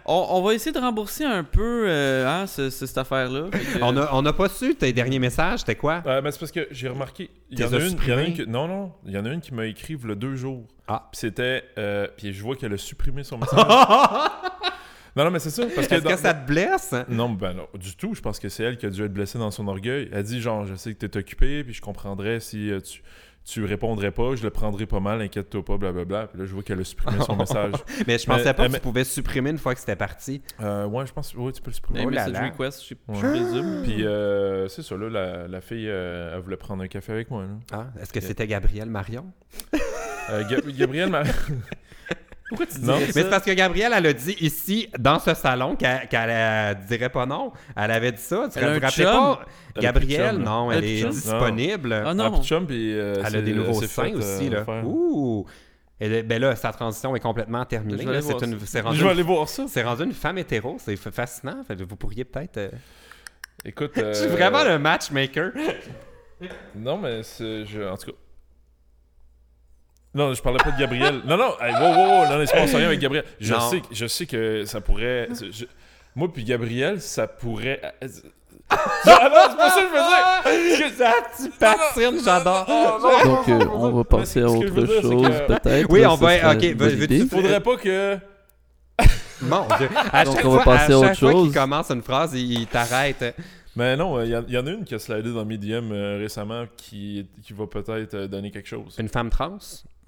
S1: On, on va essayer de rembourser un peu euh, hein, ce- ce- cette affaire-là. Fait que-
S2: On n'a on n'a pas su tes derniers messages, c'était quoi?
S3: Ah, mais c'est parce que j'ai remarqué. Il y,
S2: T'es
S3: en a une, il y en a
S2: supprimé?
S3: une que- non, non. Il y en a une qui m'a écrit le deux jours.
S2: Ah.
S3: Puis c'était. euh, puis je vois qu'elle a supprimé son message. non, non, mais c'est ça. Parce que,
S2: Est-ce que
S3: dans-
S2: ça te blesse?
S3: Non, ben non, du tout. Je pense que c'est elle qui a dû être blessée dans son orgueil. Elle dit genre, je sais que t'es occupé, puis je comprendrais si euh, tu, tu répondrais pas, je le prendrais pas mal, inquiète-toi pas, blablabla. Puis là, je vois qu'elle a supprimé son message.
S2: Mais je pensais
S3: Mais-
S2: pas que
S3: mais-
S2: tu pouvais supprimer une fois que c'était parti.
S3: Euh, ouais, je pense, ouais, tu peux le supprimer.
S1: Hey,
S2: Oh là
S1: euh, message
S2: là.
S1: request, je sais- je
S3: Ouais.
S1: présume.
S3: Puis euh, c'est ça, là, la, la fille, euh, elle voulait prendre un café avec moi. Là.
S2: Ah, Est-ce que
S1: Euh,
S2: c'était Gabriel Marion?
S3: Euh, Ga- Gabriel m'a.
S1: Pourquoi tu dis
S3: Non.
S1: ça?
S2: Mais c'est parce que Gabrielle, elle a dit ici, dans ce salon, qu'elle qu'elle, euh, dirait pas non. Elle avait dit ça. Tu
S1: Elle a
S2: vous
S1: un chum.
S2: rappelez pas?
S3: Elle a plus de
S2: Gabrielle,
S3: chum, là.
S2: non, elle,
S1: Elle a
S2: est
S1: plus de chum.
S2: disponible.
S1: Ah
S3: Ah,
S1: non!
S3: puis chum, puis, euh,
S2: Elle a
S3: c'est-
S2: des nouveaux
S3: c'est
S2: seins
S3: fait, euh,
S2: aussi. là.
S3: faire.
S2: Ouh! Et le- ben là, sa transition est complètement
S1: Je
S2: terminée.
S1: vais
S2: là.
S1: aller voir
S2: C'est une- C'est rendu,
S3: Je vais aller voir ça.
S2: c'est rendu une femme hétéro. C'est f- fascinant. Fait que vous pourriez peut-être. euh,
S3: Écoute.
S2: Je
S3: euh,
S2: suis vraiment le matchmaker.
S3: Non, mais c'est. je- En tout cas. Non, je parlais pas de Gabriel. non, non, hey, wow, wow, wow, non, non, il se passe rien avec Gabriel. Je
S2: Non.
S3: sais, que- je sais que ça pourrait. c'est- je- Moi, puis Gabriel, ça pourrait. Ah, non, c'est pas ça que je veux dire!
S2: Ça, Ah! tu patines, j'adore.
S1: Donc, euh, on va
S3: passer à ce que je veux autre dire, c'est chose, que-
S1: peut-être.
S2: Oui, Là, on ça va- serait ok, une bonne veux- veux-tu- idée.
S3: Faudrait pas que.
S2: Mon Dieu. À
S1: Donc,
S2: chaque
S1: on va
S2: fois, à
S1: passer à autre
S2: chaque fois qu'il
S1: chose.
S2: commence une phrase, il, il t'arrête. euh,
S3: Mais non, il y, en a une qui a slidé dans mes DM euh, récemment qui, qui va peut-être euh, donner quelque chose.
S2: Une femme trans?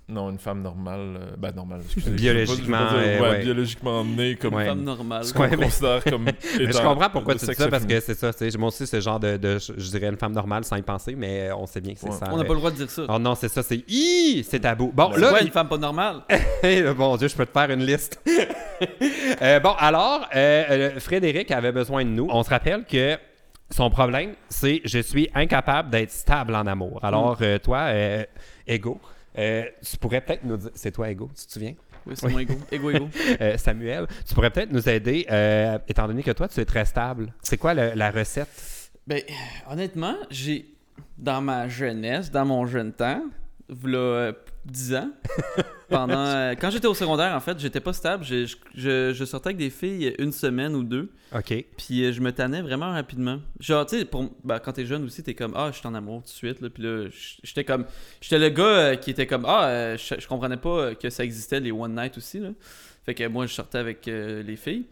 S3: Non, une femme normale. euh, ben, normale, excusez.
S2: Biologiquement,
S3: Je veux pas dire-
S2: euh,
S3: ouais,
S2: ouais.
S3: biologiquement née comme.
S2: Ouais.
S1: Femme normale.
S3: Ce qu'on
S2: Ouais, mais-
S3: considère comme.
S2: Mais je
S3: étant
S2: comprends pourquoi
S3: de
S2: tu dis
S3: sexe
S2: ça, parce
S3: féminin.
S2: que c'est ça. tu sais, Moi aussi, c'est le genre de, de- je, je dirais une femme normale sans y penser, mais on sait bien que c'est
S3: Ouais.
S2: ça.
S1: On n'a pas le droit de dire ça.
S2: Oh non, c'est ça, c'est Hi! c'est tabou. Bon,
S1: C'est
S2: là,
S1: quoi, une femme pas normale?
S2: Hey, euh, mon Dieu, je peux te faire une liste. Euh, bon, alors, euh, euh, Frédéric avait besoin de nous. On se rappelle que son problème, c'est je suis incapable d'être stable en amour. Alors,
S1: Hmm.
S2: euh, toi, euh, Ego, euh, tu pourrais peut-être nous dire. C'est toi, Ego, tu te souviens?
S1: Oui, c'est moi, égo. Égo, égo.
S2: Euh, Samuel, tu pourrais peut-être nous aider, euh, étant donné que toi, tu es très stable. C'est quoi le- la recette?
S1: Ben, honnêtement, j'ai, dans ma jeunesse, dans mon jeune temps, v'là euh, 10 ans, pendant, euh, quand j'étais au secondaire, en fait, j'étais pas stable. Je, je- je- je sortais avec des filles une semaine ou deux,
S2: OK.
S1: puis euh, je me tannais vraiment rapidement. Genre, tu sais, pour- ben, quand t'es jeune aussi, t'es comme, ah, je suis en amour tout de suite, là, puis là, j- j'étais comme, j'étais le gars euh, qui était comme, ah, euh, je, je comprenais pas euh, que ça existait, les one night aussi, là. Fait que moi, je sortais avec euh, les filles.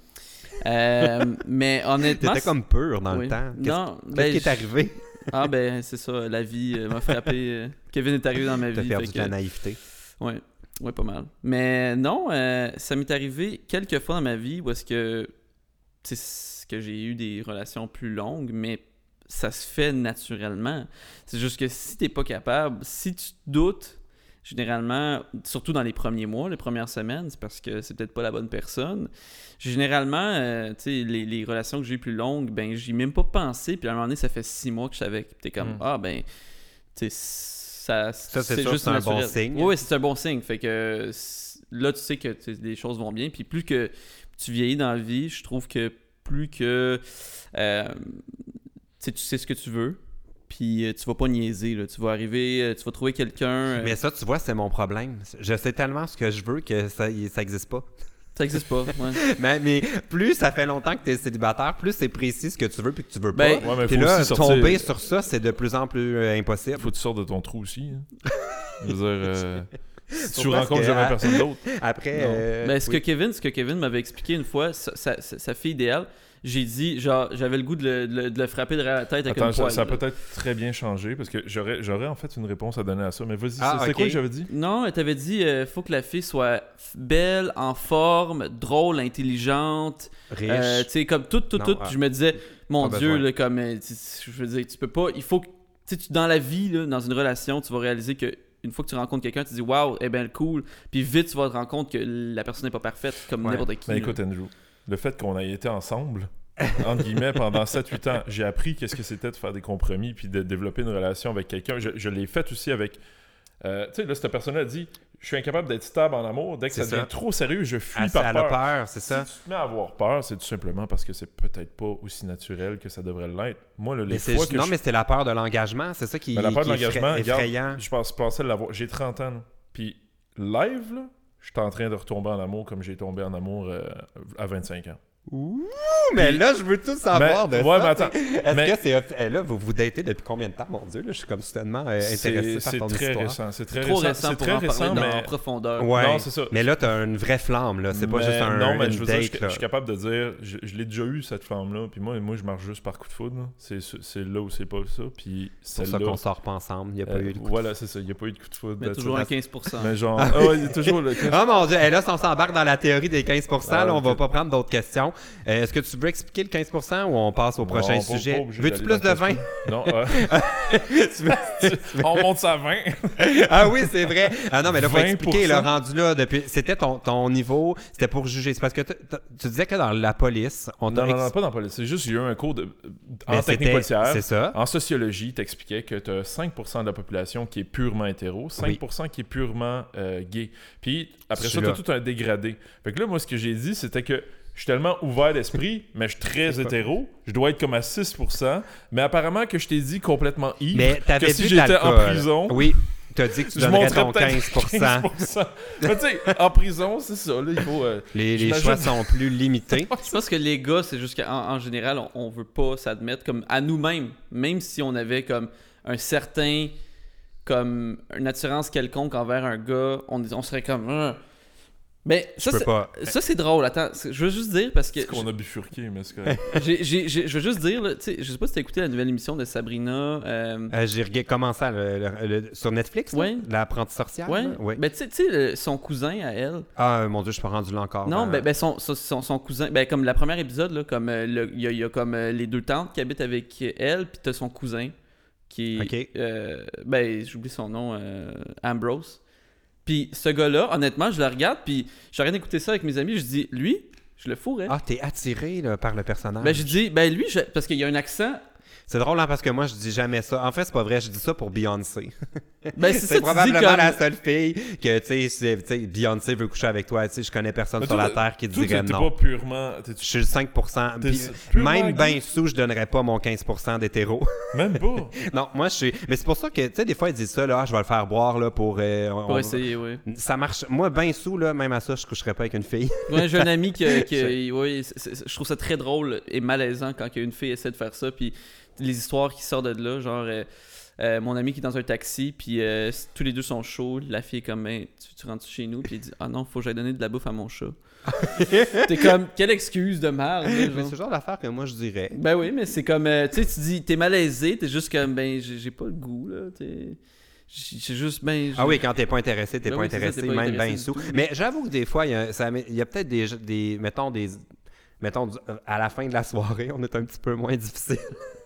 S1: Euh, mais honnêtement.
S2: T'étais comme pur dans
S1: oui.
S2: le temps. Qu'est-ce
S1: Non,
S2: qu'est-ce
S1: ben,
S2: qui est arrivé?
S1: ah ben c'est ça, la vie euh, m'a frappé. euh, Kevin est arrivé dans ma
S2: T'as
S1: vie.
S2: perdu
S1: fait
S2: de la
S1: que-
S2: naïveté.
S1: ouais, ouais, pas mal. Mais non, euh, ça m'est arrivé quelques fois dans ma vie où est-ce que c'est ce que j'ai eu des relations plus longues, mais ça se fait naturellement. C'est juste que si t'es pas capable, si tu te doutes, généralement, surtout dans les premiers mois, les premières semaines, c'est parce que c'est peut-être pas la bonne personne. Généralement, euh, tu sais, les, les relations que j'ai eues plus longues,
S2: Hmm.
S1: ben j'y ai même pas pensé. Puis à un moment donné, ça fait six mois que je suis avec. Puis t'es comme
S3: Mm.
S1: ah ben, tu sais, ça,
S2: Ça, c'est sûr,
S1: juste
S2: c'est un
S1: naturel.
S2: bon signe.
S1: Oui, oui, c'est un bon signe. Fait que c'est- là, tu sais que tu sais, les choses vont bien. Puis plus que tu vieillis dans la vie, je trouve que plus que euh, tu sais, tu sais ce que tu veux, puis euh, tu vas pas niaiser. là. Tu vas arriver, euh, tu vas trouver quelqu'un. euh,
S2: Mais ça, tu vois, c'est mon problème. Je sais tellement ce que je veux que ça n'existe pas.
S1: Ça existe pas. ouais.
S2: Mais, mais plus ça fait longtemps que tu es célibataire, plus c'est précis ce que tu veux puis que tu veux pas.
S1: Ben-
S3: Ouais, mais
S2: puis
S3: faut
S2: là,
S3: aussi sortir-
S2: tomber sur ça, c'est de plus en plus euh, impossible.
S3: Faut que tu sortes de ton trou aussi. hein. Je veux dire, euh, si tu
S2: Faut parce
S3: rencontres
S2: que- ah,
S3: jamais personne d'autre.
S2: Après.
S3: Non.
S2: euh,
S1: Mais ce
S2: oui.
S1: que Kevin, ce que Kevin m'avait expliqué une fois, sa, sa- sa- sa fille idéale, j'ai dit, genre, j'avais le goût de le, de le- de le frapper de la tête avec
S3: Attends,
S1: une
S3: ça,
S1: poêle.
S3: ça a
S1: là.
S3: peut-être très bien changé parce que j'aurais j'aurais en fait une réponse à donner à ça. Mais vas-y,
S2: Ah,
S3: c'est c'est
S2: ok.
S3: quoi que j'avais dit
S1: Non, elle t'avait dit, euh, faut que la fille soit f- belle, en forme, drôle, intelligente,
S2: Riche.
S1: euh, tu sais, comme tout, tout,
S2: Non,
S1: tout.
S2: ah.
S1: Puis je me disais, mon
S2: Pas
S1: Dieu,
S2: besoin.
S1: là, comme, euh, tu- tu- je veux dire, tu peux pas, il faut que, tu sais, tu- dans la vie, là, dans une relation, tu vas réaliser que une fois que tu rencontres quelqu'un, tu dis, waouh, eh ben cool. Puis vite, tu vas te rendre compte que la personne n'est pas parfaite, comme
S2: Ouais.
S1: n'importe qui.
S3: Ben
S1: là.
S3: écoute, Andrew, le fait qu'on ait été ensemble, entre guillemets, pendant 7-8 ans, j'ai appris qu'est-ce que c'était de faire des compromis puis de développer une relation avec quelqu'un. Je, je l'ai fait aussi avec. euh, tu sais, là, cette personne a dit Je suis incapable d'être stable en amour. Dès que ça
S2: C'est
S3: devient
S2: ça.
S3: trop sérieux, je fuis
S2: Ah,
S3: par
S2: elle a
S3: peur.
S2: peur, c'est ça.
S3: Si tu te mets à avoir peur, c'est tout simplement parce que c'est peut-être pas aussi naturel que ça devrait l'être. Moi, là, les
S2: Mais c'est
S3: fois
S2: ju-
S3: que
S2: non,
S3: je
S2: mais c'est la peur de l'engagement. C'est ça qui,
S3: Mais Ben, la peur de
S2: qui est
S3: l'engagement,
S2: effra-
S3: regarde,
S2: effrayant.
S3: je pense, pensais l'avoir. J'ai 30 ans. là. Puis live, là, je suis en train de retomber en amour comme j'ai tombé en amour euh, à 25 ans.
S2: Ouh, mais là, je veux tout savoir
S3: Mais-
S2: de
S3: Ben, ouais,
S2: Ah, ben, ça.
S3: mais attends.
S2: Est-ce
S3: mais-
S2: que c'est... off- eh, là, vous vous datez depuis combien de temps, mon Dieu? Là, je suis comme soudainement euh,
S3: C'est
S2: intéressé par
S3: c'est
S2: ton
S3: très
S2: histoire.
S3: récent. C'est très
S1: trop
S3: récent.
S1: récent
S3: C'est
S1: pour
S3: très
S1: en
S3: récent,
S1: parler dans- en
S3: mais.
S1: profondeur.
S2: Ouais.
S3: Non, c'est ça.
S2: Mais là, t'as une vraie flamme, là. C'est pas
S3: mais
S2: juste un,
S3: non, mais
S2: une
S3: je veux dire,
S2: date,
S3: je- je,
S2: là.
S3: suis capable de dire, je, je l'ai déjà eu cette flamme-là, puis moi, moi, je marche juste par coup de foudre. là. C'est c'est là où c'est pas ça, puis
S2: C'est pour ça
S3: celle-là,
S2: qu'on sort pas ensemble. Il n'y a pas
S3: euh,
S2: eu le coup.
S3: Voilà, c'est ça, il n'y a pas eu de coup de foudre.
S1: Mais
S3: là,
S1: toujours
S3: ben, tu
S1: un
S3: sais.
S1: 15%.
S3: Mais genre, ah ouais, il y a toujours le
S2: Oh mon Dieu! Eh, là, si on s'embarque dans la théorie des 15
S3: Ah,
S2: là, on
S3: ok.
S2: va pas prendre d'autres questions. Euh, Est-ce que tu veux expliquer le 15 ou on passe au
S3: Non,
S2: prochain
S3: pas- pas
S2: sujet?
S3: obligé
S2: Veux-tu
S3: d'aller
S2: plus
S3: dans
S2: de vin?
S3: le Non, euh,
S2: Tu veux-
S3: on monte ça à 20.
S2: ah oui, c'est vrai. Ah non, mais là, faut
S3: 20%.
S2: expliquer le rendu là. Depuis... C'était ton, ton niveau, c'était pour juger. C'est parce que t- t- tu disais que dans la police, on t'a
S3: Non, non, non,
S2: ex-
S3: pas dans la police. C'est juste, j'ai eu un cours de, en
S2: Mais
S3: technique
S2: c'était-
S3: policière.
S2: C'est ça.
S3: En sociologie, t'expliquais que t'as 5% de la population qui est purement hétéro, 5% qui est purement euh, gay. Puis après
S2: Je
S3: ça,
S2: suis
S3: t'as
S2: là.
S3: tout un dégradé. Fait que là, moi, ce que j'ai dit, c'était que je suis tellement ouvert d'esprit, mais je suis très hétéro. Je dois être comme à 6%. Mais apparemment que je t'ai dit complètement ivre
S2: Mais t'avais
S3: que
S2: bu
S3: si
S2: de
S3: j'étais en
S2: l'alcool.
S3: prison,
S2: Oui, t'as dit que tu
S3: je
S2: donnerais
S3: montrais
S2: ton
S3: peut-être
S2: 15,
S3: 15%. mais tu sais, en prison, c'est ça. Là, il faut... euh,
S2: Les, les
S3: J'imagine-
S2: choix sont plus limités.
S1: Je pense que les gars, c'est juste qu'en en général, on, on veut pas s'admettre comme à nous-mêmes, même si on avait comme un certain, comme une attirance quelconque envers un gars, on, on serait comme. Ah. Mais ça,
S2: Je peux
S1: c'est-
S2: pas.
S1: ça, c'est drôle. Attends, c'est- je veux juste dire parce que
S3: C'est qu'on a bifurqué, mais c'est correct.
S1: j'ai- j'ai- j'ai- je veux juste dire, là, tu sais, je sais pas si t'as écouté la nouvelle émission de Sabrina. euh,
S2: Euh, J'ai regardé comment ça, le- le- le- sur Netflix,
S1: Ouais.
S2: là, l'apprenti sorcière.
S1: ouais. Ben-
S2: là? Euh, Oui.
S1: Mais tu sais- tu sais, le- son cousin à elle.
S2: Ah euh, mon dieu, je suis pas rendu là encore.
S1: Non,
S2: Euh,
S1: ben, ben, son, son, son- son cousin, ben, comme la première épisode, là, comme euh, le- il y, a- il y a comme euh, les deux tantes qui habitent avec elle, puis t'as son cousin qui,
S2: Ok.
S1: euh, ben j'oublie son nom, euh, Ambrose. Puis ce gars-là, honnêtement, je le regarde, puis j'arrête d'écouter ça avec mes amis, je dis lui, je le fourrais.
S2: Ah, t'es attiré là, par le personnage.
S1: Ben je dis, ben lui, je- parce qu'il y a un accent.
S2: C'est drôle hein, parce que moi je dis jamais ça. En fait, c'est pas vrai, je dis ça pour Beyoncé.
S1: Ben c'est ça,
S2: C'est
S1: tu dis
S2: probablement
S1: comme-
S2: la seule fille que tu sais, c'est- tu sais, Beyoncé veut coucher avec toi. Tu sais, je connais personne
S3: Mais
S2: sur
S3: toi,
S2: la terre qui
S3: Tout,
S2: dirait
S3: t'es
S2: non.
S3: pas purement... t'es-
S2: Je suis le 5%.
S3: T'es
S2: puis
S3: s- purement
S2: même
S3: gay.
S2: ben sous, je donnerais pas mon 15% d'hétéro.
S3: Même pas.
S2: non, moi je suis. Mais c'est pour ça que tu sais, des fois ils disent ça là, Ah, je vais le faire boire là pour. euh, on-
S1: Pour
S2: on-
S1: essayer, oui.
S2: Ça marche. Moi ben sous là, même à ça, je coucherais pas avec une fille.
S1: Ouais, j'ai un ami qui. euh, qui- oui, c'est- c'est- je trouve ça très drôle et malaisant quand il y a une fille essaie de faire ça. Puis les histoires qui sortent de là, genre. euh, euh, mon ami qui est dans un taxi, puis euh, c- tous les deux sont chauds. La fille est comme, Hey, tu, tu rentres chez nous, puis il dit, ah non, faut que j'aille donner de la bouffe à mon chat. T'es comme, quelle excuse de merde. là,
S2: Mais
S1: genre.
S2: c'est le genre d'affaire que moi je dirais.
S1: Ben oui, mais c'est comme, euh, tu sais, tu dis, t'es malaisé, t'es juste comme, ben j'ai j'ai pas le goût, là. t'es- J'ai j'ai juste, ben. j'ai-
S2: Ah oui, quand t'es pas intéressé, t'es
S1: Ben
S2: pas
S1: oui, c'est ça,
S2: intéressé,
S1: t'es pas
S2: même
S1: intéressé
S2: ben
S1: du
S2: sous.
S1: tout.
S2: Mais j'avoue que des fois, il y a, ça m'est- il y a peut-être des, des. Mettons, des. Mettons, du- à la fin de la soirée, on est un petit peu moins difficile.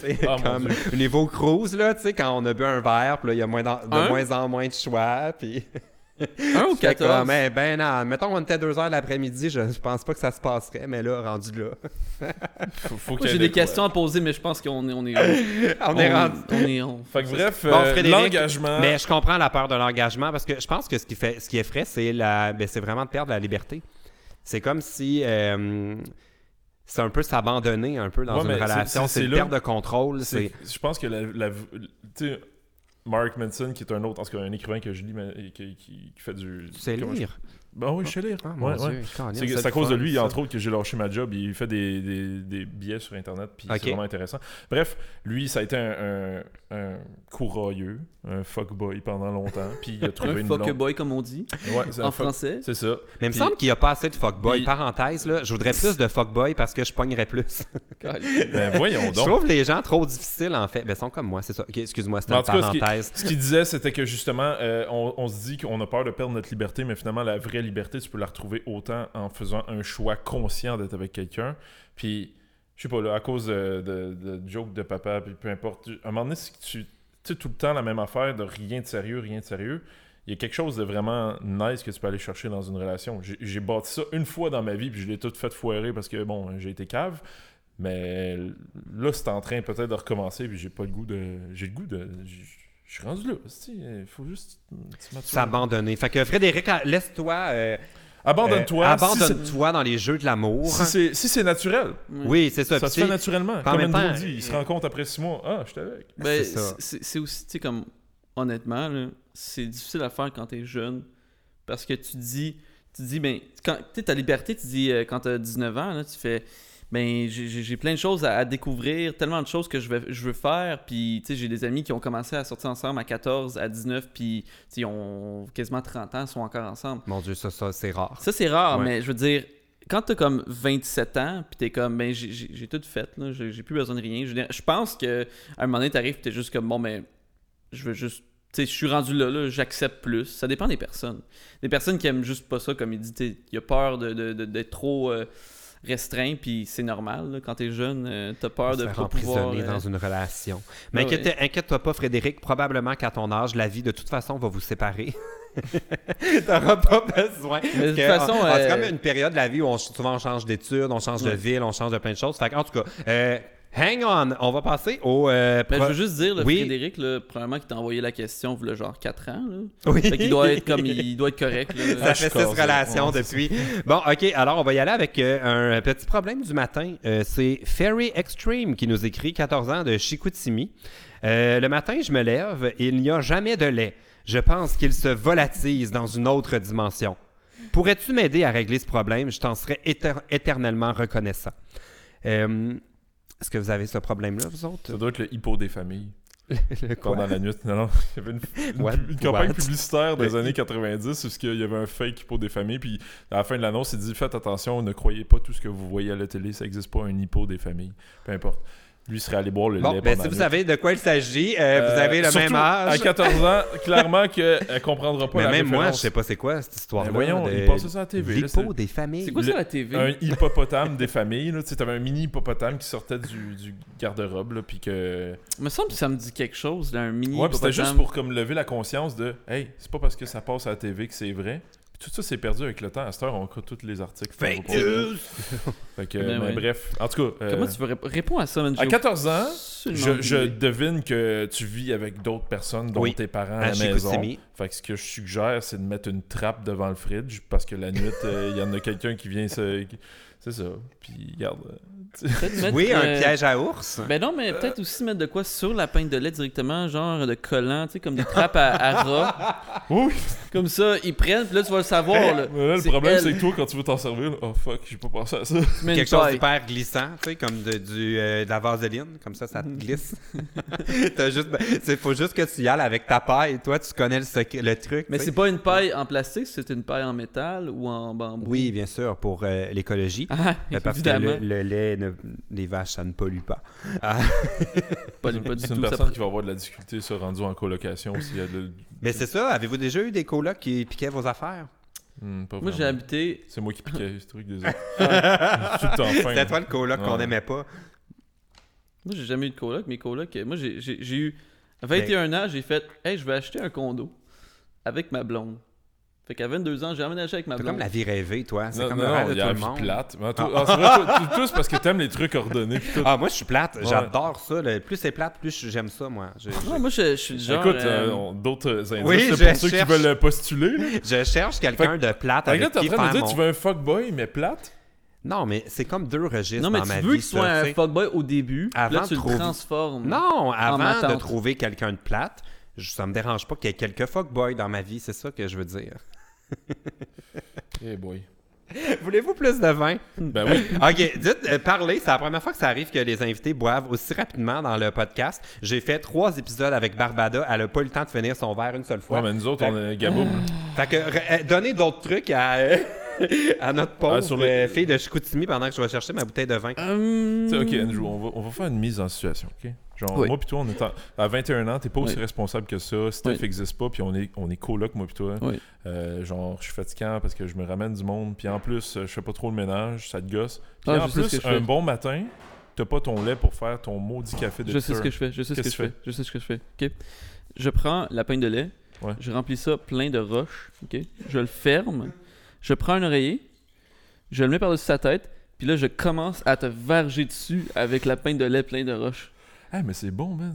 S2: C'est
S1: Oh,
S3: Ah, mon
S2: comme au niveau cruise, là, tu sais, quand on a bu un verre, puis là, il y a moins d'en- de
S1: Un?
S2: moins en moins de choix, puis
S1: 1 ou
S2: Fait
S1: 14?
S2: comme, eh ben non, mettons on était 2 heures l'après-midi, je, je pense pas que ça se passerait, mais là, rendu là.
S3: Faut, faut
S1: Moi,
S3: qu'il y ait
S1: J'ai des
S3: de quoi.
S1: questions à poser, mais je pense qu'on est... On est,
S2: on est rendu.
S1: On est... on-
S3: Fait que bref,
S2: Bon,
S3: euh,
S2: Frédéric,
S3: l'engagement.
S2: Mais je comprends la peur de l'engagement parce que je pense que ce qui fait ce qui effraie, c'est la ben, c'est vraiment de perdre la liberté. C'est comme si euh, c'est un peu s'abandonner un peu dans
S3: Ouais,
S2: une
S3: mais c'est-
S2: relation.
S3: c'est-
S2: C'est
S3: c'est
S2: une
S3: là-
S2: perte de contrôle.
S3: C'est-
S2: C'est
S3: Je pense que la. la- tu sais, Mark Manson, qui est un autre, en tout cas un écrivain que je lis, mais- et qui, qui- qui fait du.
S2: c'est
S3: comment je-
S2: lire.
S3: Ben oui, je sais lire.
S2: Ah, mon
S3: ouais,
S2: Dieu,
S3: ouais.
S2: Colin,
S3: C'est
S2: le
S3: c'est à cause
S2: fun,
S3: de lui,
S2: ça.
S3: entre autres, que j'ai lâché ma job. Il fait des, des, des billets sur Internet, puis
S2: Ok.
S3: c'est vraiment intéressant. Bref, lui, ça a été un, un, un courroyeux, un fuckboy pendant longtemps, puis il a trouvé
S1: Un
S3: une
S1: fuck
S3: blonde.
S1: boy, comme on dit,
S3: Ouais, c'est un
S1: en
S3: fuck-
S1: français.
S3: C'est ça.
S2: Mais il me
S3: Puis-
S2: semble qu'il n'y a pas assez de fuckboy.
S3: Puis-
S2: Parenthèse, là, je voudrais plus de fuckboy parce que je pognerais plus.
S3: Ben voyons
S2: je
S3: donc.
S2: trouve les gens trop difficiles, en fait. Ben, ils sont comme moi, c'est ça. Ok, excuse-moi, c'était
S3: Mais Ben, en
S2: une
S3: tout cas, ce qui-
S2: parenthèse.
S3: Ce qu'il disait, c'était que justement, euh, on, on se dit qu'on a peur de perdre notre liberté, mais finalement, la vraie liberté, tu peux la retrouver autant en faisant un choix conscient d'être avec quelqu'un. Puis, je sais pas, là, à cause de, de, de jokes de papa, puis peu importe. À un moment donné, c'est que tu tu sais, tout le temps la même affaire de rien de sérieux, rien de sérieux. Il y a quelque chose de vraiment nice que tu peux aller chercher dans une relation. J'ai- J'ai bâti ça une fois dans ma vie, puis je l'ai tout fait foirer parce que, bon, j'ai été cave. Mais là, c'est en train peut-être de recommencer, puis j'ai pas le goût de. J'ai le goût de. Je je suis rendu là. Il faut juste. tu m'attires.
S2: S'abandonner. Fait que Frédéric, laisse-toi. euh,
S3: Abandonne-toi.
S2: euh,
S3: si c'est-
S2: abandonne-toi dans les jeux de l'amour.
S3: Si c'est si c'est naturel,
S2: Oui, c'est ça.
S3: ça
S2: Puis
S3: se
S2: tu
S3: fait
S2: sais,
S3: naturellement.
S2: en
S3: Comme
S2: même temps,
S3: Andrew dit, il se
S2: euh,
S3: rend compte après six mois. Ah, je t'avais.
S1: Ben,
S2: C'est ça.
S1: c'est- c'est c'est aussi, tu sais, comme, honnêtement, là, c'est difficile à faire quand t'es jeune. Parce que tu dis, tu dis, ben, quand, tu sais, ta liberté, tu dis, euh, quand t'as 19 ans, là, tu fais, ben, j'ai- j'ai j'ai plein de choses à, à découvrir, tellement de choses que je, vais, je veux faire. Puis, tu sais, j'ai des amis qui ont commencé à sortir ensemble à 14, à 19, puis, tu sais, ils ont quasiment 30 ans, ils sont encore ensemble.
S2: Mon Dieu, ça, ça c'est rare.
S1: Ça, c'est rare,
S2: Ouais.
S1: mais je veux dire, quand t'as comme 27 ans, puis t'es comme, ben, j'ai- j'ai j'ai tout fait, là, j'ai j'ai plus besoin de rien. Je, veux dire, je pense que à un moment donné, t'arrives, pis t'es juste comme, bon, mais je veux juste. Tu sais, je suis rendu là, là, j'accepte plus. Ça dépend des personnes. Des personnes qui aiment juste pas ça, comme il dit, t'es- il a peur de- de- de- d'être trop euh, restreint, puis c'est normal, là, quand t'es jeune, euh, t'as peur de
S2: se faire
S1: pas pouvoir.
S2: emprisonner
S1: euh,
S2: dans une relation. Mais
S1: Ah ouais.
S2: inquiète- inquiète-toi pas, Frédéric. Probablement qu'à ton âge, la vie de toute façon va vous séparer. T'auras pas besoin.
S1: Mais de toute
S2: Que-
S1: façon,
S2: en- en-
S1: euh,
S2: c'est comme une période de la vie où on, souvent on change d'études, on change de
S1: Ouais.
S2: ville, on change de plein de choses. Fait que, en tout cas, euh, hang on. On va passer au. euh,
S1: Ben,
S2: pro-
S1: je veux juste dire, là,
S2: Oui.
S1: Frédéric, là, probablement qu'il t'a envoyé la question, le genre 4 ans. Là.
S2: Oui.
S1: Fait qu'il doit être comme, il doit être correct. là.
S2: Ça fait
S3: H-Corps,
S2: six relations
S3: ouais,
S2: depuis. Bon, OK, alors on va y aller avec euh, un petit problème du matin. Euh, c'est Fairy Extreme qui nous écrit 14 ans de Chicoutimi. Euh, le matin, je me lève, il n'y a jamais de lait. Je pense qu'il se volatise dans une autre dimension. Pourrais-tu m'aider à régler ce problème? Je t'en serais éter- éternellement reconnaissant. Euh, Est-ce que vous avez ce problème-là, vous autres?
S3: Ça doit être le hippo des familles.
S2: Le quoi?
S3: Pendant la nuit, non, non. Il y avait une, une
S2: What?
S3: pub- une campagne
S2: What?
S3: publicitaire des
S2: Le-
S3: années 90 où ce qu'il y avait un fake hippo des familles. Puis à la fin de l'annonce, il dit Faites attention, ne croyez pas tout ce que vous voyez à la télé, ça n'existe pas un hippo des familles. Peu importe. Lui serait allé boire le
S2: Bon,
S3: lait.
S2: ben,
S3: pendant
S2: si
S3: la
S2: vous
S3: nuit.
S2: savez de quoi il s'agit, euh,
S3: Euh,
S2: vous avez le
S3: surtout,
S2: même âge.
S3: À 14 ans, clairement qu'elle ne comprendra pas
S2: Mais
S3: la
S2: même moi, je
S3: référence.
S2: sais pas c'est quoi cette histoire-là.
S3: Ben voyons,
S2: de-
S3: il passait ça à la TV, là,
S2: L'hippo
S3: c'est-
S2: des familles.
S1: C'est quoi
S3: Le-
S1: ça, la TV?
S3: un hippopotame des familles. là. Tu sais, t'avais un mini hippopotame qui sortait du, du garde-robe. là, Puis que.
S1: me semble que ça me dit quelque chose, là, un mini.
S3: Ouais, puis c'était
S1: hippopotame.
S3: juste pour comme lever la conscience de hey, c'est pas parce que ça passe à la TV que c'est vrai. Puis tout ça c'est perdu avec le temps. À cette heure, on croit tous les articles. qu'on
S2: Fake
S3: vous propose.
S2: news!
S3: Fait que,
S1: Mais
S3: mais
S1: Ben ouais.
S3: bref, en tout cas, euh,
S1: Comment tu veux répondre à ça, man?
S3: à 14 ans, je,
S1: Absolument
S3: je
S1: oublié.
S3: devine que tu vis avec d'autres personnes, dont
S2: Oui.
S3: tes parents
S1: Ah,
S3: à,
S2: À
S3: la maison.
S2: Chicoutimi.
S3: Fait que ce que je suggère, c'est de mettre une trappe devant le fridge parce que la nuit, euh, il y en a quelqu'un qui vient se. qui- C'est ça. Puis, regarde. euh,
S1: Peut-être mettre,
S2: Oui, un
S1: euh,
S2: piège à ours.
S1: Ben non, mais peut-être aussi mettre de quoi sur la pinte de lait directement, genre de collant, tu sais, comme des trappes à, à rats.
S3: Oui.
S1: Comme ça, ils prennent, puis là, tu vas le savoir, là.
S3: Mais là, le
S1: C'est
S3: problème,
S1: elle.
S3: c'est que toi, quand tu veux t'en servir, là, oh fuck, j'ai pas pensé à ça.
S1: Tu mets une
S2: Quelque chose
S1: paille.
S2: d'hyper glissant, tu sais, comme de, du, euh, de la vaseline, comme ça, ça te glisse. T'as juste, c'est- faut juste que tu y ailles avec ta paille. Toi, tu connais le, secret- le truc.
S1: Mais
S2: tu
S1: c'est
S2: sais.
S1: pas une paille en plastique, c'est une paille en métal ou en bambou.
S2: Oui, bien sûr, pour euh, l'écologie.
S1: Ah,
S2: Euh, parce que
S1: évidemment.
S2: le, le lait, ne- les vaches, ça ne pollue pas.
S1: Pas, pas du
S3: C'est une
S1: tout. ça
S3: personne qui va avoir de la difficulté se rendu en colocation s'il y a de.
S2: Mais c'est ça, avez-vous déjà eu des colocs qui piquaient vos affaires?
S3: Hmm, pas
S1: Moi, j'ai
S3: vraiment.
S1: habité. Ah.
S3: C'est moi qui piquais ce truc, désolé. Je suis tout en fin.
S2: C'était toi le coloc qu'on
S3: Ouais.
S2: n'aimait pas.
S1: Moi, j'ai jamais eu de coloc. Mes colocs. euh, Moi, j'ai j'ai-
S2: Ben
S1: j'ai eu. À 21 ans, j'ai fait Hey, je vais acheter un condo avec ma blonde. Fait qu'à 22 ans, j'ai emménagé avec ma
S2: T'as
S1: blonde.
S2: comme la vie rêvée, toi. C'est
S3: Ah Non,
S2: comme
S3: non,
S2: le rêve
S3: non,
S2: de
S3: il y a
S2: tout
S3: la
S2: le
S3: vie
S2: monde.
S3: plate. Mais toi- ah, c'est vrai, toi- tous parce que t'aimes les trucs ordonnés. pis tout.
S2: Ah, moi, je suis plate.
S3: Ouais.
S2: J'adore ça. le- Plus c'est plate, plus j'aime ça, moi. Je,
S1: Ouais, moi, je, je suis du genre.
S3: Écoute,
S1: euh,
S3: euh, on- d'autres indices,
S2: oui,
S3: c'est
S2: je
S3: pour ceux qui
S2: cherche.
S3: veulent postuler. là.
S2: je cherche quelqu'un de plate
S3: Fait
S2: avec
S3: que là, t'es en
S2: qui
S3: train de me
S2: faire
S3: dire,
S2: mon...
S3: tu veux un fuckboy, mais plate?
S2: Non, mais c'est comme deux registres
S1: Non, mais
S2: dans ma
S1: tu
S2: vie.
S1: veux qu'il
S2: ça,
S1: soit un
S2: tu sais.
S1: fuckboy au début, puis
S2: Avant
S1: là, tu
S2: de trouver-
S1: le transformes.
S2: Non, avant de
S1: m'attente.
S2: trouver quelqu'un de plate, je- ça me dérange pas qu'il y ait quelques fuckboys dans ma vie. C'est ça que je veux dire.
S3: Eh boy.
S2: Voulez-vous plus de vin?
S3: Ben oui.
S2: OK, dites, euh, parlez, c'est la première fois que ça arrive que les invités boivent aussi rapidement dans le podcast. J'ai fait trois épisodes avec Barbada, elle a pas eu le temps de finir son verre une seule fois.
S3: Ouais, mais nous autres, on est gabou.
S2: Fait que re- euh, donnez d'autres trucs à, euh, à notre pauvre
S3: Ah, sur Ah, le-
S2: euh, fille de Chicoutimi pendant que je vais chercher ma bouteille de vin.
S1: Hum,
S3: Tu sais, ok, Andrew, on va, on va faire une mise en situation, ok? Genre,
S1: Oui.
S3: moi pis toi, on est en- à 21 ans, t'es pas aussi
S1: Oui.
S3: responsable que ça, Steph
S1: Oui.
S3: existe pas, puis on est, on est coloc, moi pis toi.
S1: Oui.
S3: Euh, genre, je suis fatigant parce que je me ramène du monde, puis en plus, euh, je fais pas trop le ménage, ça te gosse. Puis
S1: Ah,
S3: en
S1: je sais ce
S3: plus,
S1: que je fais.
S3: un bon matin, t'as pas ton lait pour faire ton maudit café de
S1: Je sais ce
S3: tueur.
S1: que je fais, je sais ce que
S3: Qu'est-ce
S1: je
S3: que
S1: fais, je sais ce que je fais. ok? Je prends la peigne de lait,
S3: Ouais.
S1: je remplis ça plein de roches, ok? je le ferme, je prends un oreiller, je le mets par-dessus sa tête, puis là, je commence à te varger dessus avec la peigne de lait plein de roches.
S3: Ah, mais c'est bon, man.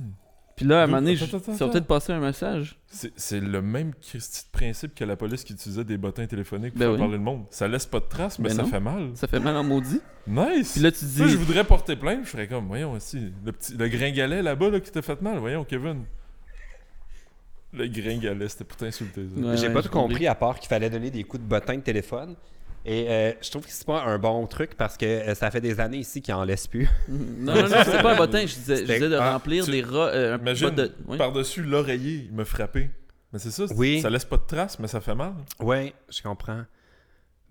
S1: Puis là, à un
S3: Dude,
S1: moment donné, je-
S3: attends, attends,
S1: ça va
S3: attends.
S1: peut-être passer un message.
S3: C'est c'est le même Christi de principe que la police qui utilisait des bottins téléphoniques pour
S1: Ben
S3: faire
S1: oui.
S3: parler le monde. Ça laisse pas de traces, mais
S1: Ben
S3: ça
S1: non.
S3: fait mal.
S1: Ça fait mal en maudit.
S3: Nice!
S1: Puis là, tu dis.
S3: Ça, je voudrais porter plainte, je serais comme, voyons aussi, le petit, le gringalet là-bas là, qui t'a fait mal, voyons Kevin. Le gringalet, c'était pour t'insulter. ça.
S1: Ouais,
S2: J'ai
S1: ouais,
S2: pas
S1: j'ai
S2: tout compris à part qu'il fallait donner des coups de bottin de téléphone. Et euh, je trouve que c'est pas un bon truc parce que euh, ça fait des années ici qu'il en laisse plus.
S1: Non, non, non, c'était pas un bottin, je disais, je
S2: C'était-
S1: disais de
S3: ah,
S1: remplir
S3: tu-
S1: des roches. un
S3: Imagine,
S1: pot de. oui.
S3: Par-dessus l'oreiller, il m'a frappé. Mais c'est ça, c'est-
S2: Oui.
S3: ça laisse pas de traces, mais ça fait mal.
S2: Oui, je comprends.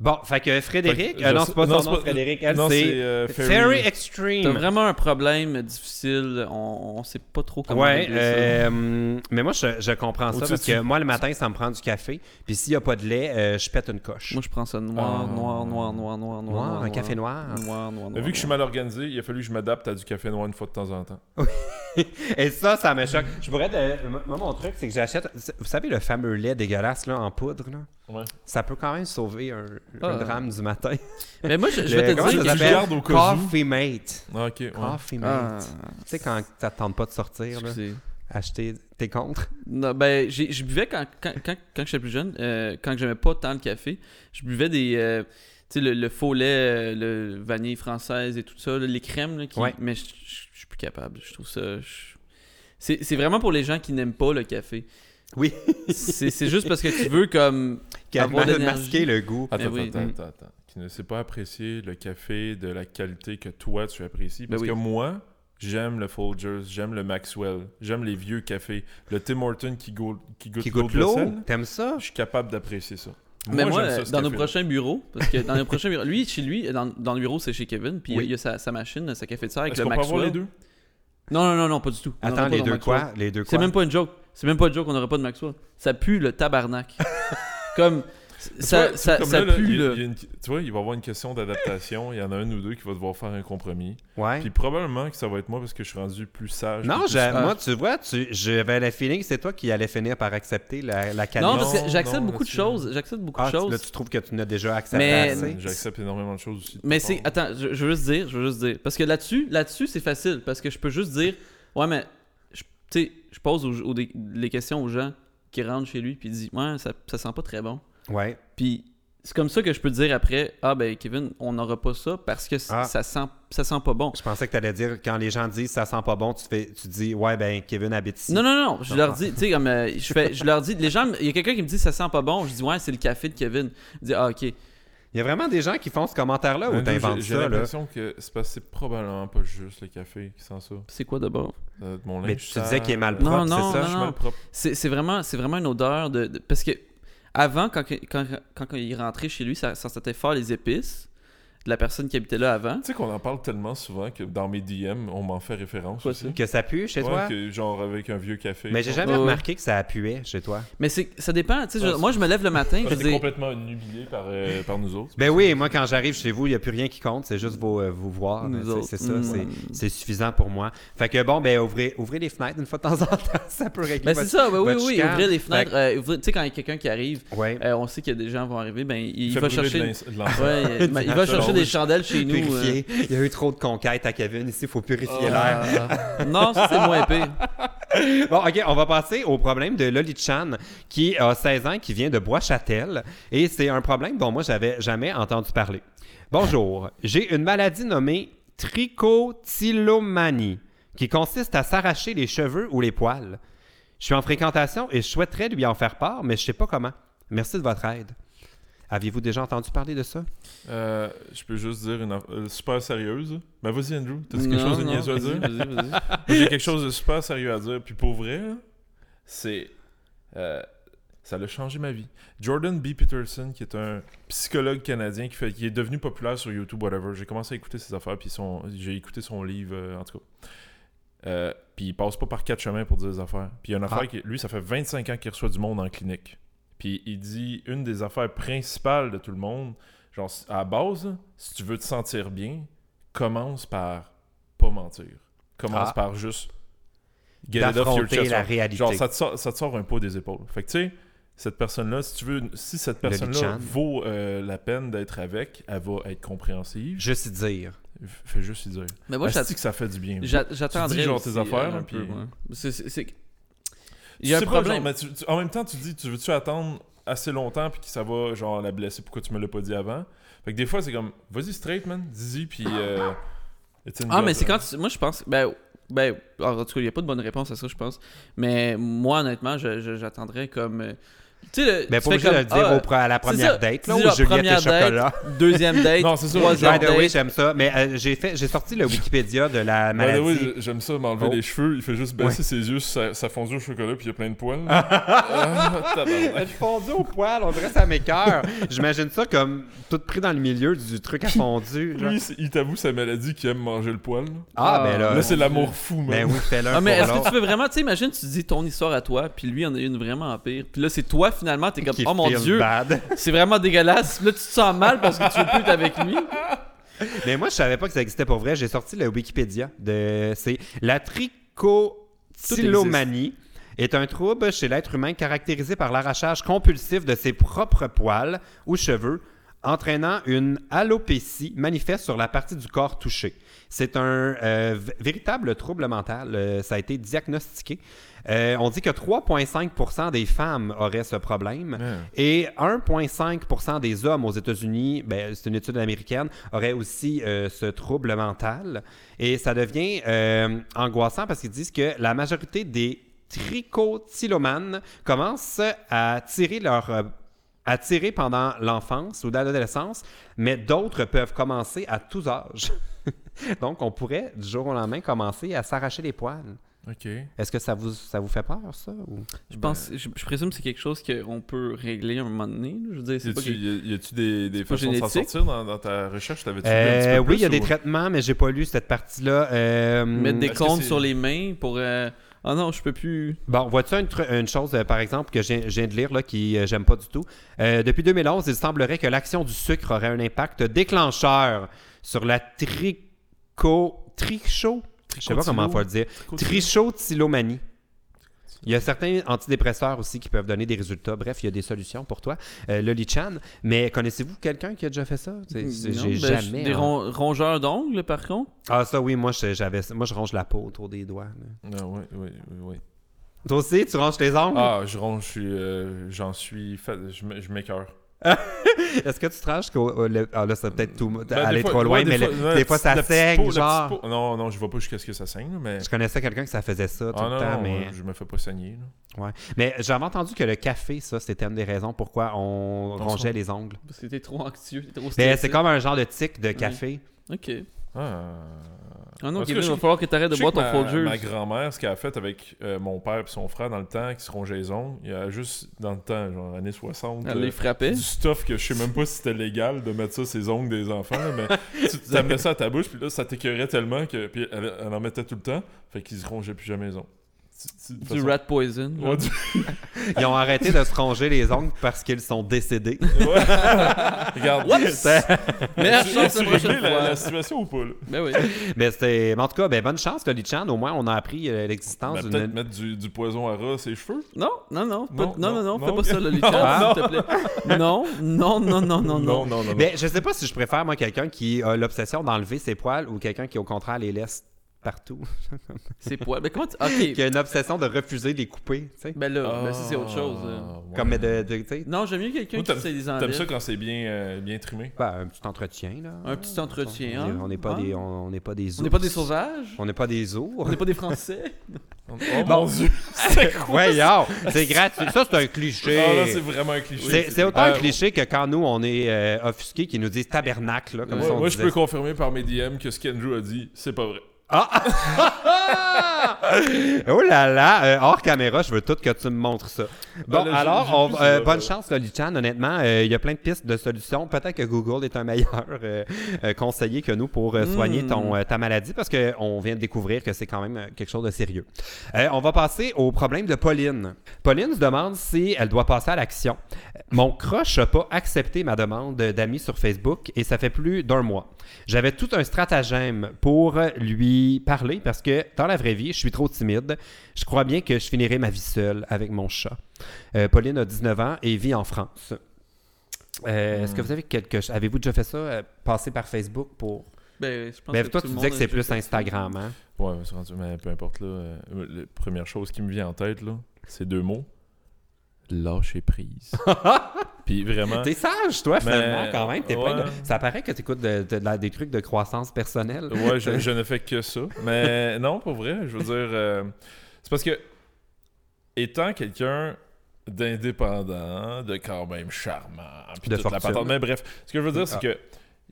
S2: Bon, fait que Frédéric,
S3: Fait que
S2: euh,
S3: je
S2: non,
S3: sais-
S2: c'est pas
S3: non,
S2: son
S3: c'est
S2: nom,
S3: pas-
S2: Frédéric, elle,
S3: non, c'est
S2: c'est
S3: euh,
S2: Fairy
S3: Fairy.
S1: T'as
S2: Extreme.
S1: vraiment un problème difficile, on, on sait pas trop comment
S2: Ouais,
S1: régler ça.
S2: euh, mais moi, je, je comprends ça
S3: Au-dessus
S2: parce
S3: du-
S2: que moi, le matin, ça me prend du café. Puis s'il n'y a pas de lait, euh, je pète une coche.
S1: Moi, je prends ça noir,
S3: Ah.
S1: noir, noir, noir, noir, noir,
S2: Noir,
S1: noir.
S2: un café noir.
S1: Noir, noir, noir.
S3: Mais vu que je suis
S1: noir.
S3: mal organisé, il a fallu que je m'adapte à du café noir une fois de temps en temps.
S2: Et ça, ça me choque. Je pourrais. te- Moi, mon truc, c'est que j'achète. Vous savez, le fameux lait dégueulasse, là, en poudre, là?
S3: Ouais.
S2: Ça peut quand même sauver un, un
S1: Ah.
S2: drame du matin.
S1: Mais moi, je, je
S2: Le-
S1: vais
S2: comment
S1: te
S2: ça
S1: dire
S3: que-
S2: s'appelle?
S3: Je garde au cas où.
S2: Coffee Mate.
S3: Ah, ok, ouais.
S2: Coffee
S1: Ah,
S2: Mate. Tu sais, quand ça te tente pas de sortir, là,
S1: excusez.
S2: acheter. T'es contre?
S1: Non, ben, j'ai- je buvais quand, quand, quand, quand j'étais plus jeune, euh, quand j'aimais pas tant le café, je buvais des. euh, tu sais, le, le faux lait, euh, le vanille française et tout ça, là, les crèmes. là, qui-
S2: Ouais.
S1: Mais je je- je suis plus capable. Je trouve ça. je- C'est c'est vraiment pour les gens qui n'aiment pas le café.
S2: Oui.
S1: C'est c'est juste parce que tu veux, comme.
S2: Qui a
S1: Avoir Ah,
S2: mal-
S1: d'énergie.
S2: masqué le goût.
S3: Attends,
S1: Mais Eh oui. Mm.
S3: attends, attends, attends. Qui ne sait pas apprécier le café de la qualité que toi tu apprécies. Parce
S1: Ben oui.
S3: que moi, j'aime le Folgers, j'aime le Maxwell, j'aime les vieux cafés, le Tim Horton qui, go- qui goûte,
S2: Qui goûte
S3: l'eau de
S2: l'eau.
S3: sel.
S2: T'aimes ça?
S3: Je suis capable d'apprécier ça.
S1: Mais moi,
S3: j'aime ça,
S1: euh,
S3: ce
S1: dans nos
S3: café-là.
S1: prochains bureaux, parce que dans nos prochains bureaux, lui, chez lui, dans, dans le bureau, c'est chez Kevin, puis il y a-
S3: Oui.
S1: il y a sa, sa machine, sa cafetière avec
S3: Est-ce
S1: le
S3: qu'on peut
S1: Maxwell.
S3: avoir les deux
S1: Non, non, non, non, pas du tout. On
S2: Attends,
S1: n'aura pas
S2: les
S1: dans
S2: deux
S1: Maxwell.
S2: quoi? Les deux
S1: C'est
S2: quoi?
S1: même pas une joke. C'est même pas une joke, on n'aura pas de Maxwell. Ça pue le tabarnak. comme.
S3: Tu
S1: Ça,
S3: vois,
S1: ça,
S3: comme
S1: ça
S3: là, là,
S1: pue
S3: il y a-
S1: le.
S3: il y a une- Tu vois, il va y avoir une question d'adaptation. Il y en a un ou deux qui va devoir faire un compromis.
S2: Ouais.
S3: Puis probablement que ça va être moi parce que je suis rendu plus
S1: euh,
S3: sage.
S2: Non,
S3: puis plus
S2: j'ai-
S1: sage.
S2: moi, tu vois, tu- j'avais le feeling que c'est toi qui allais finir par accepter la, la
S1: Non,
S2: canon.
S1: parce
S3: Non,
S1: que j'accepte
S3: non,
S1: beaucoup de
S3: là-dessus.
S1: choses. J'accepte beaucoup
S2: Ah,
S1: de
S2: tu-
S1: choses.
S2: là, tu trouves que tu n'as déjà accepté
S1: Mais-
S2: assez.
S3: J'accepte énormément de choses aussi.
S1: Mais c'est. Attends, je, je veux juste dire, je veux juste dire. Parce que là-dessus, là-dessus, c'est facile. Parce que je peux juste dire, ouais, mais. je- Tu sais, je pose aux- aux- des- les questions aux gens qui rentrent chez lui, puis ils disent, ouais, ça, ça sent pas très bon.
S2: Ouais.
S1: Puis c'est comme ça que je peux te dire après, ah, ben, Kevin, on n'aura pas ça parce que c-
S2: Ah.
S1: ça, sent, ça sent pas bon.
S2: Je pensais que tu allais dire, quand les gens disent ça sent pas bon, tu, fais, tu dis, ouais, ben, Kevin habite ici.
S1: Non, non, non, je
S2: Non.
S1: leur dis, tu sais, comme, euh, je, fais, je leur dis, les gens, il y a quelqu'un qui me dit ça sent pas bon, je dis ouais, c'est le café de Kevin. Je dis ah, ok.
S2: Il y a vraiment des gens qui font ce commentaire-là Ah, ou t'inventes
S3: Euh, J'ai
S2: ça, là.
S3: l'impression que c'est parce que c'est probablement pas juste le café qui sent ça.
S1: C'est quoi d'abord
S3: Euh, mon
S2: Mais
S3: linge
S2: tu
S3: sale,
S2: disais qu'il est mal
S1: Non,
S2: propre,
S1: non,
S2: c'est ça?
S3: Je suis
S1: non.
S3: mal propre.
S1: C'est c'est vraiment, c'est vraiment une odeur de, de- Parce que avant, quand, que- quand, quand, il rentrait chez lui, ça, ça sentait fort les épices. de la personne qui habitait là avant.
S3: Tu sais qu'on en parle tellement souvent que dans mes DM, on m'en fait référence.
S1: Quoi,
S3: aussi.
S1: ça?
S2: Que ça pue chez
S3: Ouais,
S2: toi?
S3: que genre avec un vieux café.
S2: Mais j'ai
S1: Ouais,
S2: jamais
S1: ouais.
S2: remarqué que ça puait chez toi.
S1: Mais c'est, ça dépend. tu sais, je-
S3: Ah, c'est-
S1: moi, je me lève le matin.
S3: Ah,
S1: je
S3: J'étais
S1: dis,
S3: complètement nubilé par, euh, par nous autres.
S2: Ben oui, moi quand j'arrive chez vous, il n'y a plus rien qui compte, c'est juste vos, euh, vous voir.
S1: Nous
S2: C'est-
S1: autres.
S2: C'est ça,
S1: Mm.
S2: c'est- c'est suffisant pour moi. Fait que bon, ben ouvrez, ouvrez les fenêtres une fois de temps en temps, ça peut régler.
S1: ben, c'est ça, ben, oui,
S2: votre
S1: oui,
S2: chicane.
S1: ouvrir les fenêtres. euh, ouvrir- tu sais, quand il y a quelqu'un qui arrive,
S2: Ouais.
S1: euh, on sait que des gens vont arriver, ben, il,
S3: Fait
S1: va
S3: brûler de
S1: chercher.
S3: l'in- de l'encens.
S1: Ouais, il- ben, il va chercher des chandelles chez nous. euh. Oh.
S2: Purifier. Il y a eu trop de conquêtes à Kevin ici, il faut purifier l'air.
S1: Ah. non, ça, c'est moins épais.
S2: Bon, OK, on va passer au problème de Loli Chan, qui a 16 ans, qui vient de Bois-Châtel. Et c'est un problème dont moi, j'avais jamais entendu parler. Bonjour, j'ai une maladie nommée trichotillomanie, qui consiste à s'arracher les cheveux ou les poils. Je suis en fréquentation et je souhaiterais lui en faire part, mais je sais pas comment. Merci de votre aide. Aviez-vous déjà entendu parler de ça?
S3: Euh, je peux juste dire une aff- euh, super sérieuse. Ben vas-y Andrew, t'as
S1: Non,
S3: quelque chose de
S1: non,
S3: niaiseux à
S1: vas-y,
S3: dire?
S1: vas-y, vas-y.
S3: Moi, J'ai quelque chose de super sérieux à dire. Puis pour vrai, là, c'est. euh, ça l'a changé ma vie. Jordan B. Peterson, qui est un psychologue canadien qui, fait, qui est devenu populaire sur YouTube, whatever. J'ai commencé à écouter ses affaires, puis son, j'ai écouté son livre, euh, en tout cas. Euh, puis il passe pas par quatre chemins pour dire des affaires. Puis il y a une affaire
S2: Ah.
S3: qui. Lui, ça fait 25 ans qu'il reçoit du monde en clinique. Puis il dit une des affaires principales de tout le monde, genre, à la base, là, si tu veux te sentir bien, commence par pas mentir. Commence
S2: Ah.
S3: par juste
S2: D'affronter la
S3: Genre,
S2: réalité.
S3: Genre, ça te, sort, ça te sort un pot des épaules. Fait que tu sais, cette personne-là, si tu veux, si cette personne-là
S2: Chan.
S3: vaut euh, la peine d'être avec, elle va être compréhensive.
S2: Juste dire.
S3: F- Fais juste y dire.
S1: Mais moi,
S2: Ah,
S3: Moi, je
S1: j'att-
S3: que ça fait du bien.
S1: j'a-
S3: Tu
S1: j'attendrais.
S3: dis genre
S1: aussi,
S3: tes affaires,
S1: euh, un
S3: là,
S1: peu,
S3: puis-
S1: ouais. C'est- c'est- c'est-
S3: Tu
S1: Il y a un
S3: sais pas,
S1: problème.
S3: genre, mais tu- tu- en même temps, tu dis, tu veux-tu attendre assez longtemps puis que ça va genre la blesser Pourquoi tu me l'as pas dit avant Fait que des fois, c'est comme, vas-y straight, man, dis-y, puis. euh, it's in
S1: Ah,
S3: God,
S1: mais c'est
S3: hein.
S1: quand tu- Moi, je pense. Ben, ben, en tout cas, il n'y a pas de bonne réponse à ça, je pense. Mais moi, honnêtement, je- je- j'attendrais comme. euh, Tu sais, le-
S2: Ben,
S1: tu
S2: pas
S1: fais
S2: obligé de
S1: comme,
S2: le dire
S1: ah,
S2: au pre- à la
S1: c'est ça,
S2: première date, là,
S1: dis
S2: où
S1: genre,
S2: Juliette et
S1: première date,
S2: Chocolat.
S1: Deuxième date,
S3: Non, c'est ça.
S1: troisième
S2: By the way,
S1: date.
S2: j'aime ça, mais euh, j'ai fait, j'ai sorti le Wikipédia de la
S3: By the
S2: maladie.
S3: way, j'ai- j'aime ça m'enlever
S2: Oh.
S3: les cheveux, il fait juste baisser ses yeux, ça, ça fondue au chocolat puis il y a plein de poils. Ah, tabarnak.
S2: Elle fondue au poil, on dirait que ça m'écœure. J'imagine ça comme tout pris dans le milieu du truc à fondu. genre.
S3: Lui, c'est- il t'avoue sa maladie qui aime manger le poil. là.
S2: Ah, ben
S1: Ah,
S2: là.
S3: Là, c'est l'amour fou, man.
S2: Ben oui, fais l'un
S1: Ah, mais est-ce
S2: pour
S1: que
S2: l'autre.
S1: tu veux vraiment, tu sais, imagine, tu dis ton histoire à toi, puis lui en a une vraiment pire. Puis là, c'est toi finalement, t'es comme,
S2: Qui
S1: oh mon
S2: feel
S1: dieu,
S2: bad.
S1: c'est vraiment dégueulasse. Puis Là, tu te sens mal parce que tu veux plus être avec lui.
S2: Mais moi, je savais pas que ça existait pour vrai. J'ai sorti le Wikipédia de. C'est la trichotillomanie est un trouble chez l'être humain caractérisé par l'arrachage compulsif de ses propres poils ou cheveux, entraînant une alopécie manifeste sur la partie du corps touchée. C'est un euh, v- véritable trouble mental. euh, ça a été diagnostiqué. Euh, on dit que 3,5 des femmes auraient ce problème.
S3: Ouais.
S2: Et 1,5 des hommes aux États-Unis, ben, c'est une étude américaine, auraient aussi euh, ce trouble mental. Et ça devient euh, angoissant parce qu'ils disent que la majorité des trichothylomanes commencent à tirer leur... euh, à tirer pendant l'enfance ou dans l'adolescence, mais d'autres peuvent commencer à tous âges. Donc, on pourrait, du jour au lendemain, commencer à s'arracher les poils.
S3: Ok.
S2: Est-ce que ça vous, ça vous fait peur, ça? ou-
S1: Je pense, je, je présume que c'est quelque chose qu'on peut régler à un moment donné. là. Je veux dire,
S3: Y
S1: c'est pas
S3: a-tu-
S1: que-
S3: y a- y a-tu des, des
S1: pas
S3: façons de s'en
S1: génétique.
S3: sortir dans, dans ta recherche T'avais-tu lu un petit
S2: Euh,
S3: peu
S2: oui, il y a
S3: plus,
S2: des
S3: ou-
S2: traitements, mais j'ai pas lu cette partie-là. Euh,
S1: mettre des
S3: est-ce que
S1: comptes
S3: c'est-
S1: sur les mains pour. euh, Ah non, je peux plus.
S2: Bon, vois-tu une, tr- une chose, euh, par exemple, que j'ai- je viens de lire, là, qui euh, j'aime pas du tout. Euh, depuis 2011, il semblerait que l'action du sucre aurait un impact déclencheur sur la trico... tricho? Je sais pas comment faut le dire. Trichotillomanie. Il y a certains antidépresseurs aussi qui peuvent donner des résultats. Bref, il y a des solutions pour toi, euh, Loli Chan. Mais connaissez-vous quelqu'un qui a déjà fait ça? C'est- c'est-
S1: Non,
S2: J'ai
S1: ben,
S2: jamais. hein.
S1: Des
S2: en-
S1: ron- rongeurs d'ongles, par contre.
S2: Ah, ça oui, moi je- j'avais ça. moi je ronge la peau autour des doigts. là.
S3: Ah, ouais, ouais, ouais, ouais.
S2: Toi aussi, tu ronges les ongles?
S3: Ah, je ronge, je suis, euh, j'en suis. fa- Je me- je m'écœure.
S2: Est-ce que tu te ranges qu'au- au- le- Ah là, c'est peut-être tout...
S3: Ben, des
S2: aller
S3: fois-
S2: trop
S3: ouais,
S2: loin, mais le- des,
S3: ouais,
S2: fois,
S3: la petite-
S2: ça
S3: la petite
S2: saigne,
S3: peau, la petite
S2: genre.
S3: peau. Non, non, je vois pas jusqu'à ce que ça saigne, mais.
S2: Je connaissais quelqu'un que ça faisait ça tout
S3: Ah
S2: le
S3: non,
S2: temps,
S3: non,
S2: mais...
S3: je me fais pas saigner. là.
S2: Mais j'avais entendu que le café, ça, c'était une des raisons pourquoi on
S3: Bonsoir.
S2: rongeait les ongles.
S1: Parce
S2: Ben,
S1: que t'es trop anxieux, t'es trop
S2: Mais
S1: stressé.
S2: c'est comme un genre de tic de café.
S1: Ok.
S3: Ah.
S1: Ah non,
S3: Parce que
S1: Kevin, il
S3: je-
S1: va falloir que t'arrêtes de
S3: Je sais
S1: boire
S3: que
S1: ton
S3: ma-
S1: faux juice.
S3: Ma grand-mère, ce qu'elle a fait avec euh, mon père et son frère dans le temps, qui seront Jason, il y a juste dans le temps, genre années 60.
S1: Elle
S3: euh,
S1: les frappait.
S3: du stuff que je sais même pas si c'était légal de mettre ça ses ongles des enfants, là, mais tu t'amenais ça à ta bouche, puis là, ça t'écœurait tellement que. Puis elle, elle en mettait tout le temps, fait qu'ils se rongeaient plus jamais les ongles. Tu- tu- de
S1: Du
S3: façon-
S1: rat poison. là.
S3: Ouais, du-
S2: Ils ont arrêté de se ronger les ongles parce qu'ils sont décédés.
S3: Ouais. Regarde.
S1: Whoops! Merde, chance
S3: As-tu-
S1: la
S3: as-tu
S1: prochaine
S3: réglé la,
S1: fois.
S3: la situation ou pas, là?
S1: Ben oui.
S2: Mais c'était. mais en tout cas, ben, bonne chance, Loli Chan. Au moins, on a appris euh, l'existence
S3: Ben,
S2: d'une.
S3: Peut-être mettre du, du poison à ras ses cheveux.
S1: Non, non, non. pas-
S3: Non,
S1: Non, non, non.
S3: non,
S1: Fais
S3: non.
S1: pas ça, le Lichan,
S2: Non.
S1: s'il te plaît. Non, non, non, non, non, non.
S3: non, non.
S2: Mais Ben, je sais pas si je préfère, moi, quelqu'un qui a l'obsession d'enlever ses poils ou quelqu'un qui, au contraire, les laisse partout.
S1: C'est poil. Mais comment tu. Ok.
S2: Qui a une obsession de refuser de les couper, tu sais.
S1: Ben là,
S3: Ah,
S2: euh,
S1: ben ça, c'est autre chose. là.
S2: Comme euh, de. de- tu sais,
S1: Non, j'aime mieux quelqu'un
S3: Moi,
S1: qui sait les
S3: T'aimes ça
S1: enlève.
S3: quand c'est bien, euh, bien trimé?
S2: ben, un petit entretien, là.
S1: Un petit entretien,
S2: On est-
S1: hein.
S2: On n'est pas,
S1: Hein?
S2: des- on, on n'est pas des
S1: On n'est
S2: ours.
S1: pas des sauvages.
S2: On n'est pas des ours.
S1: On n'est pas des Français.
S3: Oh
S2: Bon.
S3: mon dieu! C'est quoi?
S2: Voyons, c'est gratuit. Ça, c'est un cliché.
S3: Ah, là, c'est vraiment un cliché.
S2: C'est c'est autant un
S3: Euh,
S2: cliché que quand nous, on est euh, offusqués, qu'ils nous disent tabernacle, là, comme
S3: Ouais,
S2: ça on
S3: moi, je
S2: disait.
S3: peux confirmer par mes DM que ce qu'Andrew a dit, c'est pas vrai.
S2: Ah! oh là là, euh, hors caméra, je veux tout que tu me montres ça. Bon,
S3: Ah, là, j'ai-
S2: alors,
S3: j'ai
S2: on-
S3: plus
S2: euh,
S3: ça,
S2: bonne
S3: là.
S2: chance, Lolichan, honnêtement. euh, Il y a plein de pistes de solutions. Peut-être que Google est un meilleur euh, euh, conseiller que nous pour euh, soigner
S1: Mm.
S2: ton, euh, ta maladie parce qu'on vient de découvrir que c'est quand même euh, quelque chose de sérieux. Euh, on va passer au problème de Pauline. Pauline se demande si elle doit passer à l'action. Mon crush n'a pas accepté ma demande d'amis sur Facebook et ça fait plus d'un mois. J'avais tout un stratagème pour lui parler parce que dans la vraie vie, je suis trop timide. Je crois bien que je finirai ma vie seule avec mon chat. Euh, Pauline a 19 ans et vit en France. Euh, Est-ce que vous avez quelque chose? Avez-vous déjà fait ça, euh, passer par Facebook pour.
S1: Ben, je pense
S2: Mais
S1: que
S2: toi,
S1: tout
S2: tu
S1: le
S2: disais que
S1: monde
S2: c'est
S1: a déjà
S2: plus
S1: fait ça.
S2: Instagram, hein?
S3: Ouais, mais c'est rendu- mais peu importe, là. euh, la première chose qui me vient en tête, là, c'est deux mots. Lâcher prise. Puis vraiment.
S2: T'es sage, toi, finalement,
S3: Mais-
S2: quand même. T'es
S3: ouais.
S2: plein de- Ça paraît que t'écoutes de, de- de la- des trucs de croissance personnelle. Euh,
S3: Ouais, je, je ne fais que ça. Mais non, pour vrai, je veux dire. euh, c'est parce que, étant quelqu'un d'indépendant, de quand même charmant, puis
S2: De
S3: toute la
S2: fortune.
S3: patente, mais bref, ce que je veux dire, c'est
S2: Ah.
S3: que.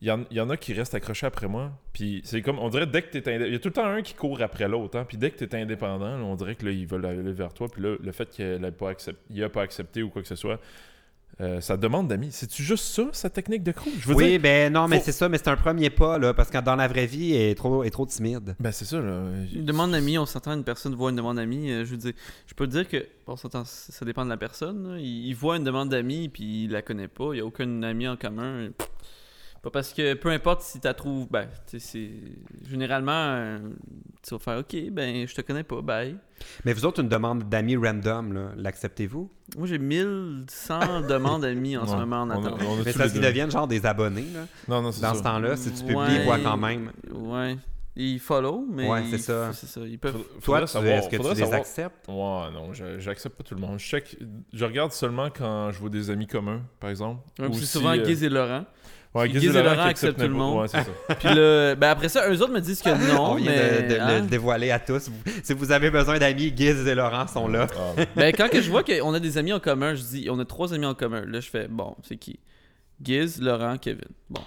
S3: Il y, en, il y en a qui restent accrochés après moi. Puis c'est comme, on dirait, dès que t'es indépendant, il y a tout le temps un qui court après l'autre. hein. Puis dès que t'es indépendant, là, on dirait que là, ils veulent aller vers toi. Puis là, le fait qu'il a pas, accep- il a pas accepté ou quoi que ce soit, euh, ça demande d'amis. C'est-tu juste ça, sa technique de crew? Je veux
S2: oui,
S3: dire,
S2: ben non, mais
S3: faut-
S2: c'est ça, mais c'est un premier pas, là, parce que dans la vraie vie, elle est trop, elle est trop timide.
S3: ben c'est ça, là.
S1: Une demande amie, on s'entend, une personne voit une demande amie, euh, je veux dire, je peux te dire que, bon, s'entend, c- ça dépend de la personne, là. il, il voit une demande d'amie puis il la connaît pas, il n'y a aucune amie en commun. Pff. Pas parce que, peu importe si tu la trouves, ben, tu sais, c'est- généralement, euh, tu vas faire, ok, ben, je te connais pas, bye.
S2: Mais vous autres, une demande d'amis random, là, l'acceptez-vous?
S1: Moi, j'ai 1100 demandes d'amis en ce
S3: Ouais.
S1: moment en
S3: On a-
S1: attente.
S3: on a
S2: Mais
S3: tous
S2: ça,
S3: les
S2: qu'ils
S3: deux.
S2: deviennent genre des abonnés, là.
S3: Non, non, c'est
S2: Dans
S3: ça.
S2: ce temps-là, si tu publies,
S1: Ouais.
S2: ils voient quand même.
S1: Ouais. Ils follow, mais.
S2: Ouais, c'est
S1: ils-
S2: ça.
S1: C'est ça. Ils peuvent.
S3: Faudrait-
S2: Toi,
S3: faudrait
S2: tu-
S3: savoir-
S2: est-ce que tu
S3: faudrait
S2: les
S3: savoir-
S2: acceptes?
S3: Ouais, non, je- j'accepte pas tout le monde. Je, check- je regarde seulement quand je vois des amis communs, par exemple.
S1: Ouais, puis
S3: Ou
S1: c'est
S3: si,
S1: souvent
S3: euh,
S1: Guiz et Laurent.
S3: ouais,
S1: Guiz et
S3: Laurent
S1: Laurent
S3: qui
S1: acceptent
S3: n'aime
S1: tout le
S3: pas.
S1: monde.
S3: Ouais, c'est ça.
S1: Puis le... ben après ça, eux autres me disent que non,
S2: On vient
S1: mais
S2: de, de
S1: hein?
S2: le dévoiler à tous. Vous- Si vous avez besoin d'amis, Guiz et Laurent sont là.
S3: Ah, ouais.
S1: ben quand que je vois qu'on a des amis en commun, je dis on a trois amis en commun. Là, je fais bon, c'est qui Giz, Laurent, Kevin. Bon.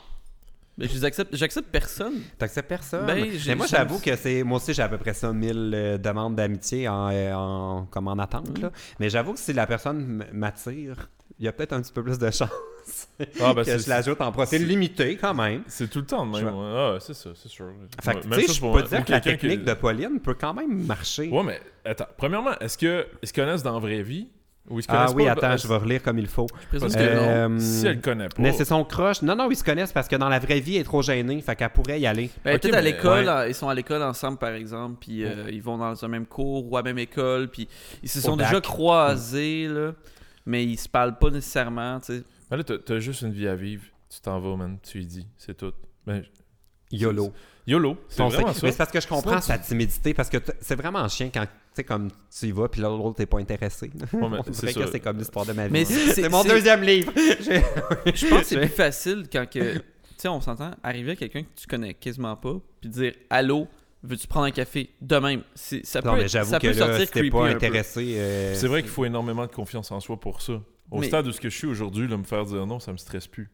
S1: Ben je les accepte, j'accepte personne.
S2: T'acceptes personne?
S1: Ben, j'ai-
S2: mais moi,
S1: ça me-
S2: j'avoue que c'est. Moi aussi, j'ai à peu près ça, 1000 euh, demandes d'amitié en, euh, en- comme en
S3: Mhm.
S2: attente, là. Mais j'avoue que si la personne m- m'attire, il y a peut-être un petit peu plus de chance
S3: Ah,
S2: que
S3: ben, c'est-
S2: je l'ajoute en profil
S3: c'est-
S2: limité, quand même.
S3: C'est tout le temps de
S2: Je
S3: même.
S2: vois.
S3: ouais. Ah, ouais, c'est ça, c'est sûr.
S2: Fait
S3: Ouais,
S2: que,
S3: même
S2: tu sais,
S3: ça,
S2: je
S3: pour
S2: peux
S3: un-
S2: dire
S3: ou
S2: que la
S3: quelqu'un qui-
S2: technique de Pauline peut quand même marcher.
S3: Ouais, mais attends. Premièrement, est-ce que est-ce qu'ils connaissent dans la vraie vie ou ils se
S2: ah
S3: connaissent
S2: oui,
S3: pas?
S2: attends, je vais relire comme il faut.
S1: Je présume
S3: Parce
S1: que
S3: que
S1: non.
S2: Euh,
S3: Si elle connaît pas.
S2: Mais c'est son crush. Non, non, ils se connaissent parce que dans la vraie vie, elle est trop gênée. Fait qu'elle pourrait y aller.
S1: Ben,
S3: ok,
S1: peut-être à
S3: mais-
S1: l'école,
S3: ouais.
S1: euh, ils sont à l'école ensemble par exemple, puis euh, ils vont dans un même cours ou à la même école, puis ils se
S2: Au
S1: sont
S2: bac.
S1: déjà croisés là, mais ils se parlent pas nécessairement, tu sais.
S3: Mais là, t'as- t'as juste une vie à vivre. Tu t'en vas, man. Tu y dis. C'est tout. Ben,
S2: YOLO.
S3: YOLO. C'est
S2: Ton-
S3: vraiment ça.
S2: Mais c'est parce que je comprends
S3: Sinon, tu-
S2: sa timidité parce que t- c'est vraiment chiant quand tu sais comme tu y vas puis l'autre l'autre, t'es pas intéressé.
S3: Ouais, mais
S2: On
S3: c'est
S2: dirait que
S3: ça.
S2: c'est comme l'histoire de ma vie.
S1: Mais
S2: Ouais.
S1: c'est-
S2: c'est
S1: c'est-
S2: mon
S1: c'est-
S2: deuxième livre.
S1: Je pense que c'est plus facile quand que. Tu sais, on s'entend, arriver à quelqu'un que tu connais quasiment pas, puis dire Allô, veux-tu prendre un café de même C'est- Ça peut,
S2: Non mais
S1: être-
S2: j'avoue
S1: ça
S2: que
S1: peut
S2: là,
S1: sortir
S2: si t'es
S1: creepy.
S2: pas
S1: un peu.
S2: intéressé. euh,
S3: C'est vrai qu'il faut énormément de confiance en soi pour ça. Au
S1: Mais-
S3: stade où ce que je suis aujourd'hui, là, me faire dire non, ça me stresse plus.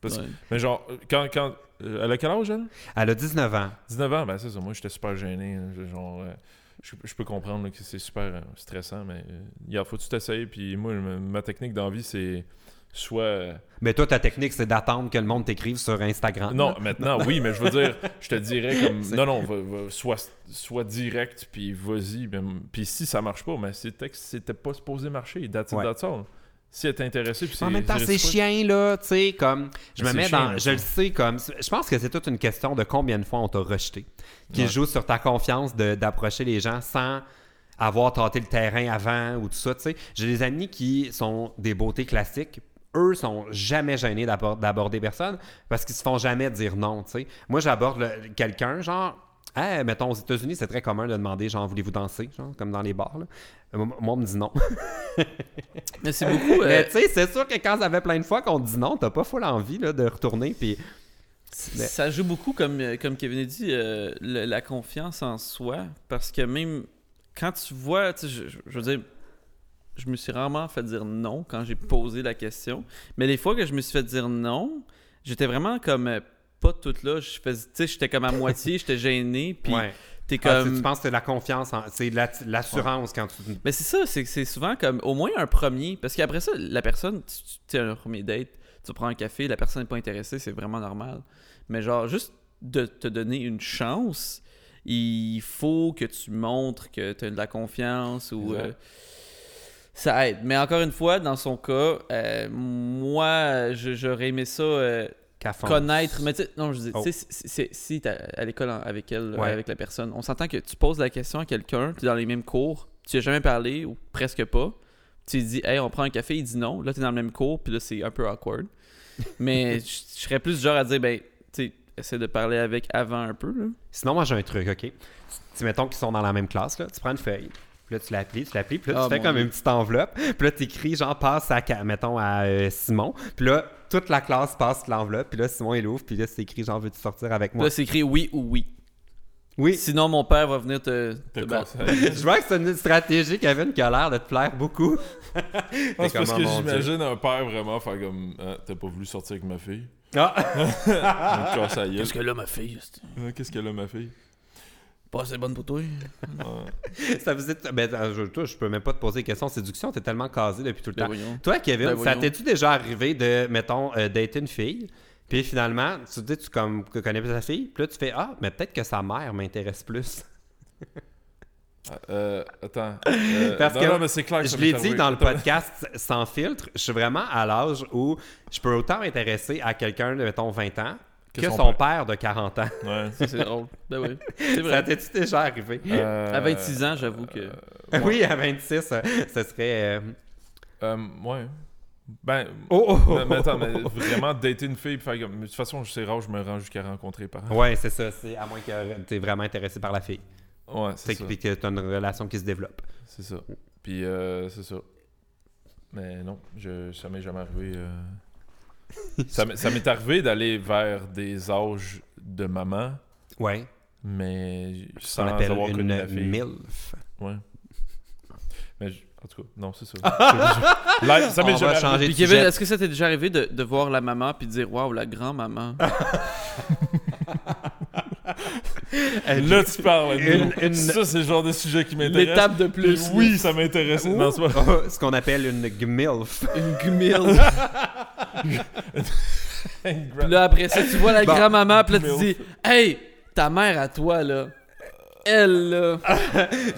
S3: Parce-
S1: Ouais.
S3: Mais genre, quand. quand euh, elle a quel âge, elle
S2: Elle a 19 ans.
S3: 19 ans, ben c'est ça. Moi, j'étais super gêné. hein, je- Genre, euh, je, je peux comprendre là, que c'est super euh, stressant, mais euh, il faut tout essayer. Puis moi, ma, ma technique d'envie, c'est soit. euh,
S2: Mais toi, ta technique, c'est d'attendre que le monde t'écrive sur Instagram.
S3: non, maintenant, oui, mais je veux dire, je te dirais comme.
S2: Ah, C'est-
S3: Non, non, va- va- sois, sois direct, puis vas-y. mais- Puis si ça marche pas, mais ces textes, c'était pas supposé marcher. That's it,
S2: Ouais.
S3: that's all. Si elle est intéressée, puis
S2: En même temps, c'est
S3: réciproque.
S2: chiant, là, tu sais, comme, je me
S3: Mais c'est
S2: mets
S3: chiant,
S2: dans, je
S3: ça.
S2: le sais, comme, je pense que c'est toute une question de combien de fois on t'a rejeté, qui
S3: Ouais.
S2: joue sur ta confiance de- d'approcher les gens sans avoir tenté le terrain avant ou tout ça, tu sais. J'ai des amis qui sont des beautés classiques, eux sont jamais gênés d'abor- d'aborder personne parce qu'ils se font jamais dire non, tu sais. Moi, j'aborde le- quelqu'un, genre, Hey, mettons, aux États-Unis, c'est très commun de demander, genre, voulez-vous danser, genre, comme dans les bars, là. Euh, Moi, on me dit non.
S1: Mais c'est beaucoup. euh,
S2: Mais tu sais, c'est sûr que quand ça fait plein de fois qu'on dit non, t'as pas full envie là, de retourner. Puis Mais-
S1: Ça joue beaucoup, comme, euh, comme Kevin a dit, euh, le- la confiance en soi. Parce que même quand tu vois, tu sais, je, je- je veux dire, je me suis rarement fait dire non quand j'ai posé la question. Mais les fois que je me suis fait dire non, j'étais vraiment comme euh, pas toute là. Je faisais, tu sais, j'étais comme à moitié, j'étais gêné. Puis
S2: Ouais.
S1: t'es
S2: Ah, tu-
S1: comme.
S2: tu penses que c'est la confiance, en- c'est la- l'assurance quand tu.
S1: Mais c'est ça, c'est que c'est souvent comme au moins un premier. Parce qu'après ça, la personne, tu- tu tu as un premier date, tu prends un café, la personne n'est pas intéressée, c'est vraiment normal. Mais genre, juste de te donner une chance, il faut que tu montres que tu as de la confiance ou.
S3: Exact.
S1: euh, ça aide. Mais encore une fois, dans son cas, euh, moi, je- j'aurais aimé ça. euh,
S2: qu'à fond.
S1: connaître mais tu sais- non je dis
S2: Oh.
S1: tu sais, c'est- c'est- si t'es à l'école en- avec elle euh,
S2: Ouais.
S1: avec la personne on s'entend que tu poses la question à quelqu'un tu es dans les mêmes cours tu as jamais parlé ou presque pas tu lui dis hey on prend un café il dit non là tu es dans le même cours puis là c'est un peu awkward mais je je serais plus du genre à dire ben tu sais essaie de parler avec avant un peu là.
S2: Sinon, moi j'ai un truc, ok? Tu- Tu mettons qu'ils sont dans la même classe, là, tu prends une feuille. Puis là, tu la plies, tu la plies, puis là,
S1: Ah,
S2: tu fais
S1: mon
S2: comme
S1: Dieu.
S2: une petite enveloppe. Puis là, tu écris, genre, passe à, Ca- mettons, à euh, Simon. Puis là, toute la classe passe l'enveloppe. Puis là, Simon, il ouvre. Puis là, c'est écrit, genre, veux-tu sortir avec
S1: Puis
S2: moi?
S1: là c'est écrit oui ou oui
S2: Oui.
S1: sinon mon père va venir te, te
S3: T'as
S1: battre.
S3: conseillé.
S2: Je vois que c'est une stratégie, Kevin, qui a l'air de te plaire beaucoup.
S3: Non, C'est parce
S2: Comment,
S3: que
S2: oh mon Dieu?
S3: j'imagine un père vraiment faire comme. Ah, T'as pas voulu sortir avec ma fille?
S2: Ah!
S3: Ah. casse la gueule.
S1: parce que là ma fille c'est
S3: Ah, Qu'est-ce qu'elle a, ma fille?
S1: pas assez bonne pour toi
S3: Ah.
S2: Ça vous est- ben, euh, je, toi, je peux même pas te poser des questions de séduction, t'es tellement casé depuis tout le
S1: Ben
S2: temps.
S1: voyons.
S2: Toi, Kevin,
S1: Ben
S2: ça
S1: voyons.
S2: t'es-tu déjà arrivé de, mettons, euh, dater une fille, puis finalement, tu te dis, tu comme, que connais plus la fille, puis là, tu fais, ah, mais peut-être que sa mère m'intéresse plus.
S3: Euh, attends. Euh,
S2: Parce
S3: non,
S2: que
S3: non, mais c'est clair que
S2: Je
S3: ça
S2: l'ai
S3: m'est
S2: dit
S3: arrivé.
S2: dans le podcast sans filtre, je suis vraiment à l'âge où je peux autant m'intéresser à quelqu'un de, mettons, 20 ans que, son, père. de 40 ans.
S3: Ouais.
S1: Ça, c'est drôle ben oui c'est
S2: Ça Euh,
S1: vrai
S2: t'es-tu déjà arrivé?
S3: Euh,
S1: à 26 ans j'avoue que
S3: ouais.
S2: Oui, à 26, euh, ce serait... euh,
S3: Euh, ouais. Ben.
S2: Oh, oh, oh,
S3: mais- mais attends, mais
S2: oh.
S3: vraiment, dater une fille, puis faire comme. mais De toute façon, c'est rare, je me rends jusqu'à rencontrer les parents.
S2: Ouais, c'est ça, c'est à moins que t'es vraiment intéressé par la fille.
S3: Ouais,
S2: C'est
S3: c'est ça.
S2: que, puis que t'as une relation qui se développe.
S3: C'est ça. Puis, euh, c'est ça. Mais non, je, ça m'est jamais arrivé. euh. ça m'est ça m'est arrivé d'aller vers des âges de maman,
S2: Ouais.
S3: mais
S2: Ça
S3: sans
S2: qu'on appelle
S3: avoir connu la
S2: une
S3: fille.
S2: MILF.
S3: Ouais. Mais je- en tout cas, non, c'est ça. Live, ça
S2: On
S3: m'est
S2: va
S3: jamais arrivé.
S2: changer de
S1: Puis Kevin,
S2: sujet.
S1: est-ce que ça t'est déjà arrivé de, de voir la maman puis de dire waouh la grand-maman
S3: Là, tu parles.
S2: Une-
S3: nous.
S2: une-
S3: Ça, c'est le genre de sujet qui m'intéresse.
S1: L'étape de plus.
S3: Puis Oui, ça m'intéresse. Non, c'est pas-
S2: Oh, ce qu'on appelle une GMILF.
S1: Une gmille. puis là après ça tu vois la
S2: Bon.
S1: grand-maman puis là tu
S3: Gmille.
S1: dis hey ta mère à toi là elle là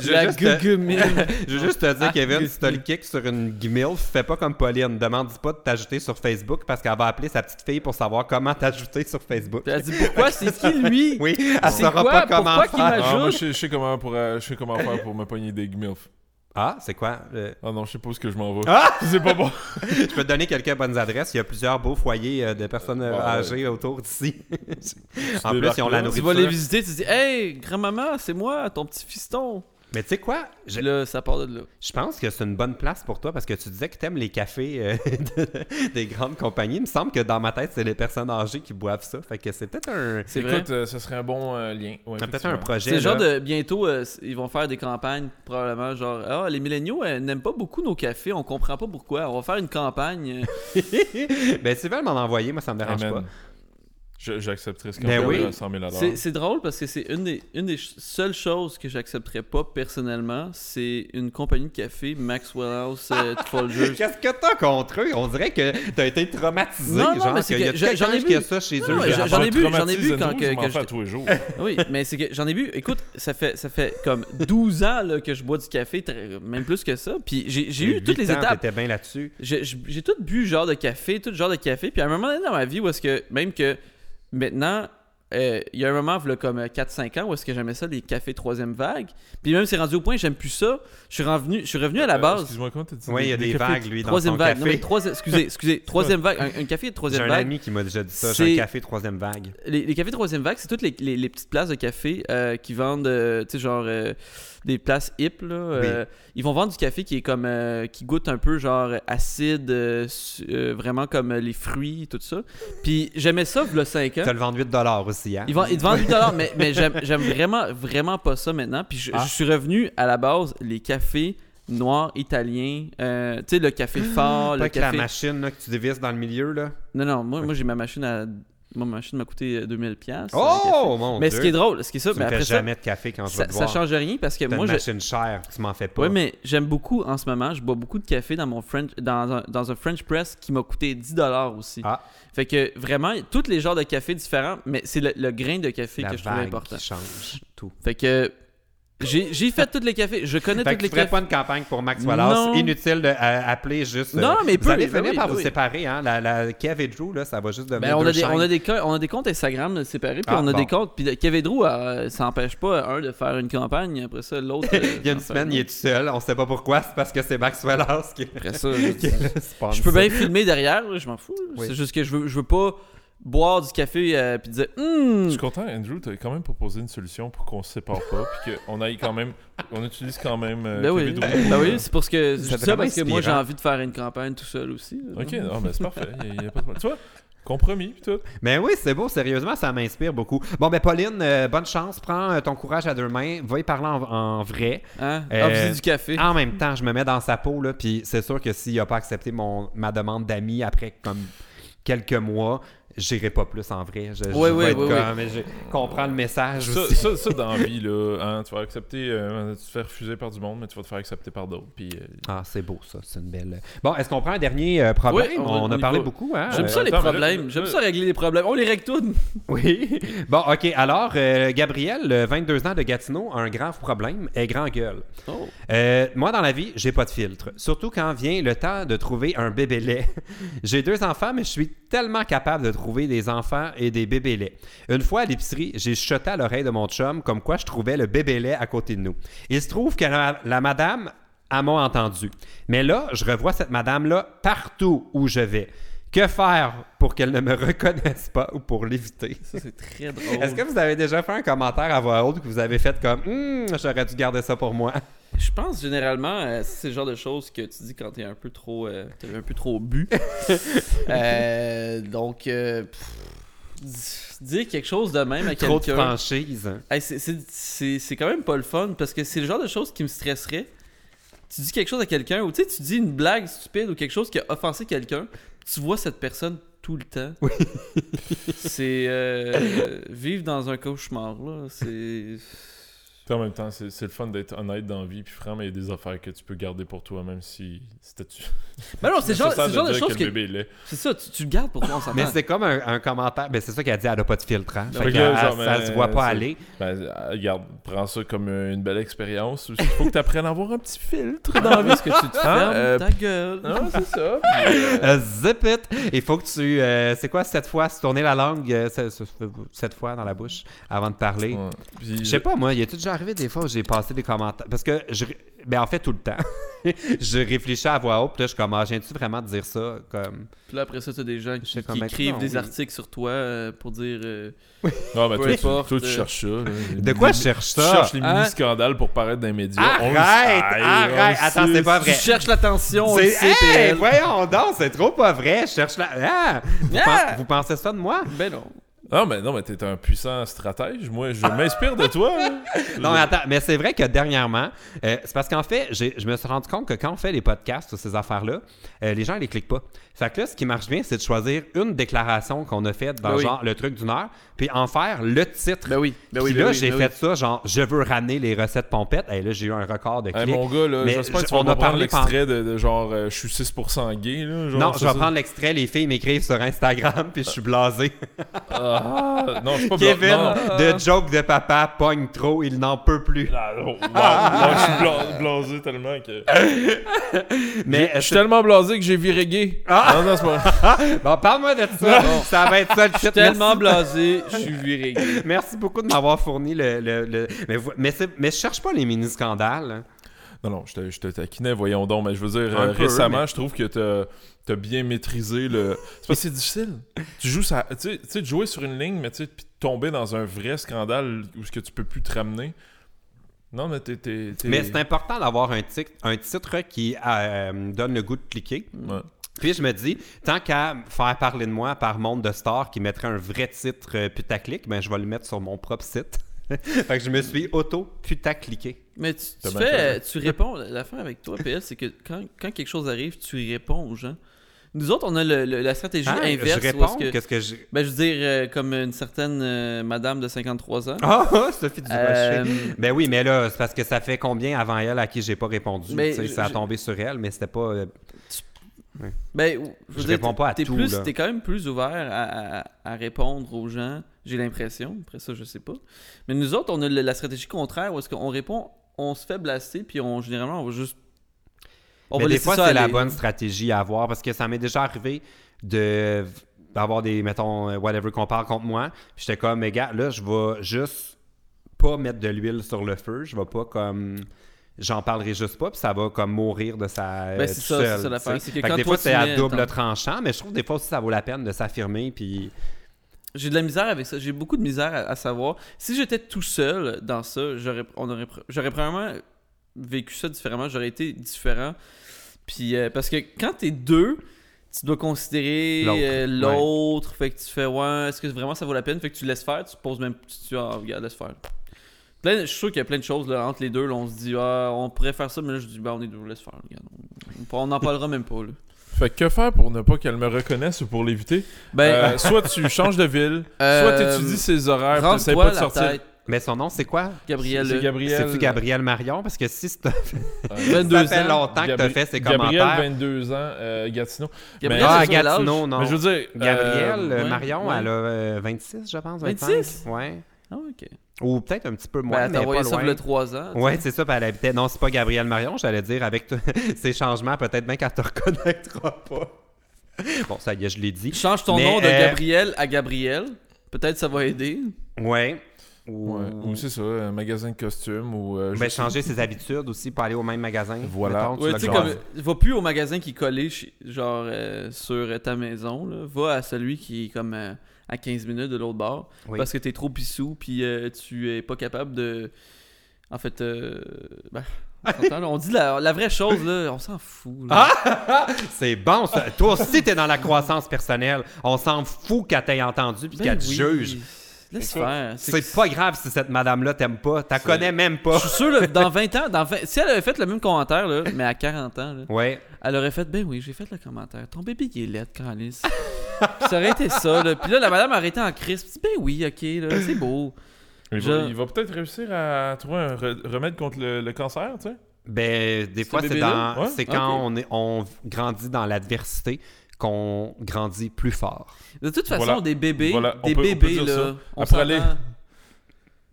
S2: Je
S1: la
S2: veux juste te-
S1: gugumille.
S2: Je veux juste te dire,
S1: Ah,
S2: Kevin,
S1: Gugu.
S2: si t'as le kick sur une GMILF, fais pas comme Pauline. Demande pas de t'ajouter sur Facebook parce qu'elle va appeler sa petite fille pour savoir comment t'ajouter sur Facebook.
S1: Puis elle dit pourquoi c'est qui lui
S2: Oui, elle
S1: C'est
S2: saura
S1: quoi?
S2: pas comment
S1: Pourquoi qu'il
S2: faire.
S1: m'ajoute?
S3: Ah, moi, je sais- je sais comment, pour, euh, je sais comment faire pour me pogner des gmilf.
S2: Ah, c'est quoi? euh,
S3: Ah non, je sais pas où ce que je m'en vais.
S2: Ah!
S3: C'est pas bon.
S2: je peux te donner quelques bonnes adresses. Il y a plusieurs beaux foyers euh, de personnes euh,
S3: Ah, ouais.
S2: âgées autour d'ici. en plus,
S3: débarques
S2: ils ont la
S3: là.
S1: tu
S2: nourriture.
S1: vas les visiter tu dis hey grand-maman c'est moi ton petit fiston
S2: Mais tu sais quoi? Je,
S1: Là, ça part de là.
S2: je pense que c'est une bonne place pour toi parce que tu disais que t'aimes les cafés euh, de- des grandes compagnies. Il me semble que dans ma tête, c'est les personnes âgées qui boivent ça. Fait que c'est peut-être un,
S1: C'est vrai.
S3: Écoute, euh, ce serait un bon euh, lien.
S2: c'est
S3: Ouais,
S2: peut-être un
S3: effectivement.
S2: projet.
S1: C'est le genre
S2: là.
S1: de bientôt euh, c- ils vont faire des campagnes probablement genre ah les milléniaux euh, n'aiment pas beaucoup nos cafés, on comprend pas pourquoi. On va faire une campagne. euh,
S2: ben, s'ils veulent m'en envoyer, moi, ça me dérange
S3: Amen.
S2: pas.
S3: Je- J'accepterais ce qu'on
S2: Ben oui.
S3: à 100 000
S1: c'est c'est drôle parce que c'est une des une des ch- seules choses que j'accepterais pas personnellement, c'est une compagnie de café Maxwell House euh, Folgers.
S2: Qu'est-ce que t'as contre eux? On dirait que t'as été traumatisé.
S1: Non, non,
S2: genre,
S1: mais c'est
S2: qu'il y a
S1: que j'en- j'en ai
S2: quelqu'un
S1: vu.
S2: qui a ça chez
S1: Non,
S2: eux.
S1: non, mais
S2: genre.
S1: j'en- j'en ai bu- j'en ai
S3: Traumatise
S1: bu
S3: de
S1: quand
S3: nous,
S1: que-
S3: je m'en
S1: que
S3: fais à
S1: j'étais-
S3: tous les jours.
S1: Oui, mais c'est que j'en ai bu. Écoute, ça fait ça fait comme 12 ans là, que je bois du café, très- même plus que ça. Puis j'ai j'ai eu toutes les
S2: Huit ans,
S1: étapes.
S2: T'étais bien là-dessus.
S1: J'ai- j'ai j'ai tout bu genre de café, tout genre de café. Puis à un moment donné dans ma vie où est-ce que, même que maintenant, euh, il y a un moment, v'là comme euh, 4-5 ans, où est-ce que j'aimais ça, les cafés troisième vague. Puis même, c'est rendu au point, j'aime plus ça. Je suis revenu, je suis revenu à la
S3: Euh,
S1: base.
S3: Excuse-moi, comment t'as dit
S2: Oui, il y a des
S3: cafés-
S2: vagues, lui, dans
S1: troisième
S2: son
S1: vague. Non, mais
S2: café.
S1: troisi- excusez, excusez. troisième vague. Un, un café de
S2: J'ai
S1: troisième
S2: un
S1: vague.
S2: ami qui m'a déjà dit ça.
S1: c'est- Hein?
S2: J'ai un café troisième vague.
S1: Les, les cafés troisième vague, c'est toutes les, les- les petites places de café euh, qui vendent, euh, tu sais, genre euh, des places hip, là. euh, ils vont vendre du café qui est comme, euh, qui goûte un peu genre acide, euh, su- euh, vraiment comme euh, les fruits, tout ça. Puis j'aimais ça, le 5 ans.
S2: Tu le vends 8 aussi, hein?
S1: Ils, vend- ils te vendent 8 mais, mais j'aime j'aime vraiment, vraiment pas ça maintenant. Puis je,
S2: Ah.
S1: je suis revenu à la base, les cafés noirs italiens, euh, tu sais, le café fort, le
S2: Pas que la
S1: café.
S2: machine là, que tu dévisses dans le milieu, là.
S1: Non, non, moi, moi j'ai ma machine à. Moi, ma machine m'a coûté euh, 2000$. piastres, euh, le café.
S2: Oh, mon
S1: Mais
S2: Dieu!
S1: ce qui est drôle, ce qui est ça,
S2: tu
S1: mais
S2: me fais
S1: après ça,
S2: jamais de café quand je vais
S1: ça,
S2: te
S1: ça
S2: voir.
S1: change rien parce que
S2: T'as
S1: moi,
S2: une
S1: je...
S2: machine chère, tu m'en fais pas.
S1: ouais, mais j'aime beaucoup en ce moment. Je bois beaucoup de café dans mon French, dans un, dans un French press qui m'a coûté 10 dollars aussi.
S2: Ah.
S1: Fait que vraiment, tous les genres de café différents, mais c'est le, le grain de café
S2: la
S1: que je trouve
S2: vague
S1: important.
S2: qui change tout.
S1: Fait que j'ai j'ai fait tous les cafés. Je connais
S2: Fait
S1: tous
S2: que tu
S1: les
S2: ferais
S1: cafés.
S2: pas une campagne pour Max
S1: Non.
S2: Wallace. Inutile d'appeler juste... euh,
S1: Non, mais
S2: Vous
S1: peu,
S2: allez
S1: ben
S2: finir
S1: oui,
S2: par
S1: ben
S2: vous
S1: oui.
S2: séparer, hein? La, la Kev et Drew, là, ça va juste
S1: Ben,
S2: devenir
S1: on,
S2: deux
S1: a des,
S2: chaînes.
S1: on, a des, co- on a des comptes Instagram là, séparés, puis
S2: Ah,
S1: on a
S2: bon.
S1: des comptes. Puis le- Kevin Drew, euh, ça n'empêche pas un de faire une campagne, après ça, l'autre. euh,
S2: Il y a une
S1: s'en fait
S2: semaine, il est tout seul. On sait pas pourquoi. C'est parce que c'est Max Wallace qui
S1: Après ça, je-
S2: qui est le sponsor.
S1: Je peux bien filmer derrière, là, je m'en fous. là.
S2: Oui.
S1: C'est juste que je veux, je veux pas boire du café euh, puis dire
S3: Je
S1: Hum,
S3: suis content, Andrew, t'as quand même proposé une solution pour qu'on se sépare pas, puis qu'on aille quand même, on utilise quand même. euh,
S1: Ben oui,
S3: Kevin Drouin.
S1: ben oui c'est parce que je
S2: Ça
S1: dis
S2: fait
S1: ça
S2: quand
S1: parce que
S2: même
S1: moi j'ai
S2: inspirant.
S1: envie de faire une campagne tout seul aussi. là.
S3: Ok, non, mais c'est parfait. Il y a, pas de problème. Tu vois, compromis, pis tout.
S2: Mais oui, c'est beau. Sérieusement, ça m'inspire beaucoup. Bon, ben Pauline, euh, bonne chance. Prends euh, ton courage à deux mains. Va y parler en, en vrai.
S1: Hein?
S2: Euh,
S1: Ah, vous dites du café.
S2: En même temps, je me mets dans sa peau, là, puis c'est sûr que s'il n'a pas accepté mon, ma demande d'amis après comme quelques mois, j'irai pas plus en vrai. Je, je
S1: Ouais,
S2: vais
S1: ouais,
S2: être
S1: ouais,
S2: comme- mais je comprends le message
S3: Ça,
S2: aussi.
S3: ça, ça, dans la vie, là, hein, tu vas accepter, euh, tu te fais refuser par du monde, mais tu vas te faire accepter par d'autres. Puis, euh,
S2: Ah, c'est beau ça, c'est une belle. Bon, est-ce qu'on prend un dernier euh, problème
S1: Oui, on-
S2: on,
S1: on
S2: a
S1: y
S2: parlé
S1: va.
S2: beaucoup, hein
S1: J'aime
S3: euh,
S1: ça les
S3: attends, mais là,
S1: problèmes,
S3: là-
S1: j'aime ça régler les problèmes. On les règle tous.
S2: Oui. Bon, OK. Alors, euh, Gabriel, euh, 22 ans de Gatineau, a un grave problème, est grand gueule.
S1: Oh.
S2: Euh, moi, dans la vie, j'ai pas de filtre. Surtout quand vient le temps de trouver un bébé lait. j'ai deux enfants, mais je suis tellement capable de trouver des enfants et des bébés laits. Une fois à l'épicerie, j'ai chuté à l'oreille de mon chum comme quoi je trouvais le bébé lait à côté de nous. Il se trouve que la, la madame a m'a entendu. Mais là, je revois cette madame-là partout où je vais. Que faire pour qu'elle ne me reconnaisse pas ou pour l'éviter?
S1: Ça c'est très drôle.
S2: Est-ce que vous avez déjà fait un commentaire à voix haute que vous avez fait comme Hum, j'aurais dû garder ça pour moi?
S1: Je pense généralement, euh, c'est le genre de choses que tu dis quand t'es un peu trop, euh, t'as un peu trop bu. Euh, donc, euh, pff, dire quelque chose de même à
S2: Trop de
S1: quelqu'un. Ah.
S2: franchise.
S1: Hey, c'est- c'est- c'est c'est quand même pas le fun parce que c'est le genre de choses qui me stresserait. Tu dis quelque chose à quelqu'un ou tu sais, tu dis une blague stupide ou quelque chose qui a offensé quelqu'un, tu vois cette personne tout le temps. Oui. c'est euh, euh, vivre dans un cauchemar là, c'est
S3: puis en même temps, c'est c'est le fun d'être honnête dans la vie, puis franc, mais il y a des affaires que tu peux garder pour toi, même si c'était tu.
S1: Ben non, c'est le genre, c'est
S3: nécessaire
S1: le genre de
S3: dire
S1: choses
S3: que.
S1: que
S3: le bébé est laid.
S1: c'est ça, tu, tu le gardes pour toi on
S2: Mais
S1: s'entend.
S2: c'est comme un, un commentaire. Mais c'est ça qu'elle dit, elle n'a pas de filtre. Hein? Fait
S3: Fait que
S2: que
S3: là,
S2: elle-
S3: genre,
S2: ça
S3: mais
S2: se voit pas
S3: c'est-
S2: aller.
S3: Ben, euh, regarde, prends ça comme euh, une belle expérience. Il faut que tu apprennes à avoir un petit filtre dans la vie.
S1: Parce que tu te
S3: Hein,
S1: fermes
S3: euh,
S1: ta gueule.
S3: Non, c'est ça.
S2: Euh, zip it! Il faut que tu. euh, c'est quoi, cette fois, se tourner la langue euh, ce- ce- cette fois dans la bouche avant de parler?
S3: Ouais. Puis-
S2: Je sais pas, moi, il est déjà arrivé des fois où j'ai passé des commentaires. Parce que je. Ben, en fait, tout le temps. je réfléchis à voix haute, puis là, je suis comme, ah, viens-tu vraiment de dire ça? Comme,
S1: Puis là, après ça, t'as des gens qui,
S2: C'est
S1: qui
S2: comme
S1: écrivent
S2: non,
S1: des
S2: oui.
S1: articles sur toi euh, pour dire. euh,
S3: Non, mais
S1: Peu
S3: toi, tu-
S1: importe,
S3: toi, tu
S1: euh,
S3: cherches ça. là.
S2: de quoi je cherche
S3: Tu
S2: ça?
S3: cherches les
S1: Hein?
S3: mini-scandales pour paraître dans les médias. On le
S2: Arrête!
S3: sait,
S2: Arrête!
S3: on le
S2: Attends,
S3: sait.
S2: c'est pas vrai.
S1: Tu cherches l'attention, on le
S2: C'est-
S1: sait,
S2: Hey,
S1: PL.
S2: voyons donc, c'est trop pas vrai. Je cherche la. Ah! Vous,
S1: Ah!
S2: pen- vous pensez ça de moi?
S1: Ben non.
S3: Non, Ah, mais non, mais t'es un puissant stratège. Moi, je m'inspire de toi. là.
S2: Non, mais attends, mais c'est vrai que dernièrement, euh, c'est parce qu'en fait, j'ai- je me suis rendu compte que quand on fait les podcasts, toutes ces affaires-là, euh, les gens, ils les cliquent pas. Fait que là, ce qui marche bien, c'est de choisir une déclaration qu'on a faite dans
S1: Ben oui.
S2: genre le truc d'une heure, puis en faire le titre.
S1: Ben oui. Ben oui.
S2: Puis
S1: ben
S2: là,
S1: oui,
S2: j'ai
S1: ben oui.
S2: fait ça, genre, je veux ramener les recettes pompettes. Et là, j'ai eu un record de
S3: Hey,
S2: clics.
S3: mon gars, là,
S2: Mais
S3: j'espère que
S2: je-
S3: tu vas
S2: on
S3: pas
S2: a
S3: prendre
S2: parlé pendant-
S3: l'extrait de, de genre euh, je suis 6% gay. Là, genre,
S2: non,
S3: c'est
S2: je vais
S3: ça.
S2: prendre l'extrait. Les filles m'écrivent sur Instagram, puis je suis blasé.
S3: Ah, non, je suis pas blanc.
S2: Kevin,
S3: Non,
S2: de joke de papa, pogne trop, il n'en peut plus.
S3: non, non, wow, non, je suis bla- blasé tellement que.
S2: Mais
S3: Je suis tellement blasé que j'ai viré gay.
S2: Ah!
S3: Non, non, c'est pas.
S2: Bon, parle-moi de ça. ça va être ça le titre.
S1: Tellement blasé, je suis viré.
S2: Merci, merci beaucoup de m'avoir fourni le. le- le- Mais, vous- mais, c'est- mais je cherche pas les mini-scandales. hein.
S3: Non, non, je te, je te taquinais, voyons donc. Mais je veux dire,
S2: Un
S3: euh,
S2: peu,
S3: récemment, je trouve que t'as as bien maîtrisé le. C'est parce que c'est difficile. Tu joues ça. Tu sais- tu sais, de jouer sur une ligne, mais tu sais, puis de tomber dans un vrai scandale où ce que tu peux plus te ramener. Non, mais t'es. t'es- t'es-
S2: Mais c'est important d'avoir un titre, un titre qui euh, donne le goût de cliquer.
S3: Ouais.
S2: Puis je me dis, tant qu'à faire parler de moi par Monde de Star qui mettrait un vrai titre euh, putaclic, ben je vais le mettre sur mon propre site. fait que je me suis auto-putacliqué.
S1: Mais tu, tu
S3: T'as bien
S1: fais,
S3: fait
S1: tu réponds. L'affaire avec toi, PL, c'est que quand, quand quelque chose arrive, tu y réponds aux gens. Nous autres, on a le- le- la stratégie
S2: Ah,
S1: inverse.
S2: je
S1: où est-ce
S2: réponds,
S1: que-
S2: qu'est-ce que je...
S1: Ben, je veux dire, euh, comme une certaine euh, madame de 53 ans.
S2: Ah, ah, Sophie Durocher.
S1: Euh,
S2: Ben oui, mais là, c'est parce que ça fait combien avant elle à qui j'ai pas répondu?
S1: Mais
S2: tu sais,
S1: je-
S2: ça a
S1: je-
S2: tombé sur elle, mais c'était pas... euh,
S1: ben, je veux
S2: Je
S1: dire,
S2: réponds pas à
S1: t'es
S2: tout,
S1: plus-
S2: là.
S1: T'es quand même plus ouvert à, à- à répondre aux gens, j'ai l'impression. Après ça, je sais pas. Mais nous autres, on a le- la stratégie contraire où est-ce qu'on répond, on se fait blaster, puis on, généralement, on va juste. On
S2: mais des
S1: laisser
S2: fois,
S1: ça
S2: c'est la
S1: aller.
S2: bonne stratégie à avoir parce que ça m'est déjà arrivé de d'avoir des, mettons, euh, whatever qu'on parle contre moi. Puis j'étais comme, mais gars, là, je vais juste pas mettre de l'huile sur le feu. Je vais pas comme. J'en parlerai juste pas, puis ça va comme mourir de sa. euh,
S1: Ben, c'est
S2: tout
S1: ça,
S2: seul,
S1: c'est ça l'affaire.
S2: tu sais.
S1: C'est que
S2: Fait
S1: quand
S2: des
S1: toi,
S2: fois,
S1: tu
S2: c'est à
S1: mets-
S2: double
S1: attends.
S2: tranchant, mais je trouve des fois aussi ça vaut la peine de s'affirmer, puis.
S1: J'ai de la misère avec ça. J'ai beaucoup de misère à, à savoir. Si j'étais tout seul dans ça, j'aurais, on aurait, pr- j'aurais probablement vécu ça différemment. J'aurais été différent. Puis euh, parce que quand t'es deux, tu dois considérer
S2: L'autre,
S1: euh,
S2: ouais.
S1: l'autre. Fait que tu fais ouais, est-ce que vraiment ça vaut la peine Fait que tu laisses faire. Tu poses même, tu dis ah regarde laisse faire. Plein, je suis sûr qu'il y a plein de choses là, entre les deux. Là, on se dit ah on pourrait faire ça, mais là je dis bah on est deux, laisse faire. Regarde, on on n'en parlera même pas. Là.
S3: Fait que faire pour ne pas qu'elle me reconnaisse ou pour l'éviter
S1: Ben
S3: Euh, Soit tu changes de ville, soit
S1: Euh,
S3: tu étudies ses horaires, tu
S1: rentre-toi
S3: pas de
S1: la
S3: sortir.
S1: tête,
S2: Mais son nom, c'est quoi?
S1: Gabriel.
S3: C'est Gabriel.
S2: C'est-tu Gabriel Marion? Parce que si c'est-
S3: Euh,
S1: 22
S2: ça fait
S1: ans.
S2: longtemps que t'as
S3: Gabri-
S2: fait ces
S3: Gabriel,
S2: commentaires.
S3: 22 ans, euh, Gatineau.
S1: Gabriel,
S2: Ah,
S1: c'est sur l'âge.
S2: Gatineau, non.
S3: Mais je veux dire. euh,
S2: Gabrielle
S1: ouais,
S2: Marion,
S1: ouais.
S2: elle a euh, 26, je pense. 25.
S1: 26?
S2: Ouais.
S1: Ah, ok.
S2: Ou peut-être un petit peu
S1: Ben,
S2: moins,
S1: elle t'a
S2: mais pas
S1: envoyé ça
S2: loin.
S1: pour le 3 ans.
S2: Ouais, c'est ça, puis elle habitait. Non, c'est pas Gabrielle Marion, j'allais dire, avec t- ces changements, peut-être bien qu'elle te reconnaîtra pas. Bon, ça y est, je l'ai dit.
S1: Change ton
S2: Mais,
S1: nom de
S2: euh,
S1: Gabriel à Gabriel. Peut-être ça va aider.
S2: Ouais.
S3: ouais,
S2: Ou,
S3: Ou c'est ça, un magasin de costumes ou. euh,
S2: ben,
S3: je-
S2: changer ses habitudes aussi, pas aller au même magasin.
S3: Voilà.
S2: Mettons, tu
S1: Ouais,
S2: l'as
S1: tu sais,
S2: genre-
S1: comme. Va plus au magasin qui est collé, chez- genre, euh, sur euh, ta maison. là. Va à celui qui est comme euh, à 15 minutes de l'autre bord.
S2: Oui.
S1: Parce que t'es trop pissou, puis euh, tu es pas capable de. En fait, euh, ben, on s'entend, là. on dit la, la vraie chose, là, on s'en fout. là.
S2: Ah! C'est bon, ça. Toi aussi, t'es dans la croissance personnelle. On s'en fout qu'elle t'ait entendu puis
S1: Ben
S2: qu'elle te
S1: oui.
S2: juge.
S1: Laisse faire.
S2: C'est pas grave si cette madame-là t'aime pas. T'as connais même
S1: Je
S2: pas.
S1: suis sûr, là, dans 20 ans, dans 20 si elle avait fait le même commentaire, là, mais à 40 ans, là,
S2: Ouais.
S1: elle aurait fait Ben oui, j'ai fait le commentaire. Ton bébé qui est laid, Calice. Puis ça aurait été ça. Là. Puis là, la madame aurait été en crise. Puis, Ben oui, ok, là, c'est beau.
S3: Il
S1: je-
S3: va, il va peut-être réussir à trouver un re- remède contre le, le cancer, tu sais.
S2: Ben, des fois, c'est
S1: bébé-là?
S2: dans...
S3: Ouais.
S2: c'est quand on, est... on grandit dans l'adversité qu'on grandit plus fort.
S1: De toute façon,
S3: Voilà.
S1: des bébés,
S3: Voilà, on
S1: des
S3: peut- on peut
S1: bébés,
S3: dire
S1: là.
S3: ça.
S1: On
S3: Après, allez.
S1: s'entend.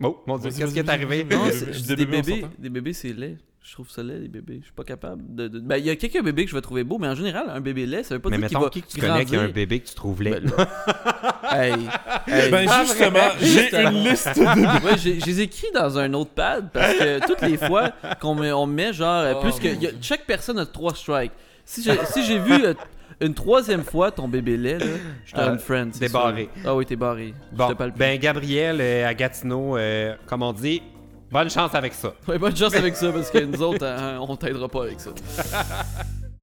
S2: Oh, mon Dieu,
S3: Vas-y,
S2: qu'est-ce
S3: vas-y,
S2: qui est
S3: vas-y,
S2: arrivé?
S3: vas-y,
S1: Non,
S3: Des
S1: c'est-
S3: bébés,
S1: je dis
S3: des
S1: des
S3: bébés, on
S1: bébés,
S3: s'entend.
S1: des bébés, c'est laid. Je Je trouve ça laid, les bébés. Je suis pas capable de. de- Ben, il y a quelques bébés que je vais trouver beaux, mais en général, un bébé laid, ça veut pas
S2: Mais
S1: dire qu'il
S2: mettons
S1: va
S2: qui que tu connais
S1: grandir.
S2: qui a un bébé que tu trouves laid.
S1: Ben là. hey, hey.
S3: Ben
S2: Ah,
S3: justement,
S2: vraiment?
S3: j'ai
S1: Justement.
S3: une liste de...
S1: Ouais, j'ai- je les écris dans un autre pad parce que toutes les fois qu'on me, on me met genre euh, plus que y a- chaque personne a trois strikes. Si j'ai si j'ai vu euh, une troisième fois ton bébé lait, là, je te
S2: Euh,
S1: une friend. c'est
S2: t'es
S1: sûr.
S2: barré.
S1: Ah oui, t'es barré.
S2: Bon,
S1: Je te parle plus.
S2: ben Gabriel euh, à Gatineau, euh, comme on dit, bonne chance avec ça.
S1: hein, Ouais, bonne chance avec ça parce que nous autres, euh, on t'aidera pas avec ça.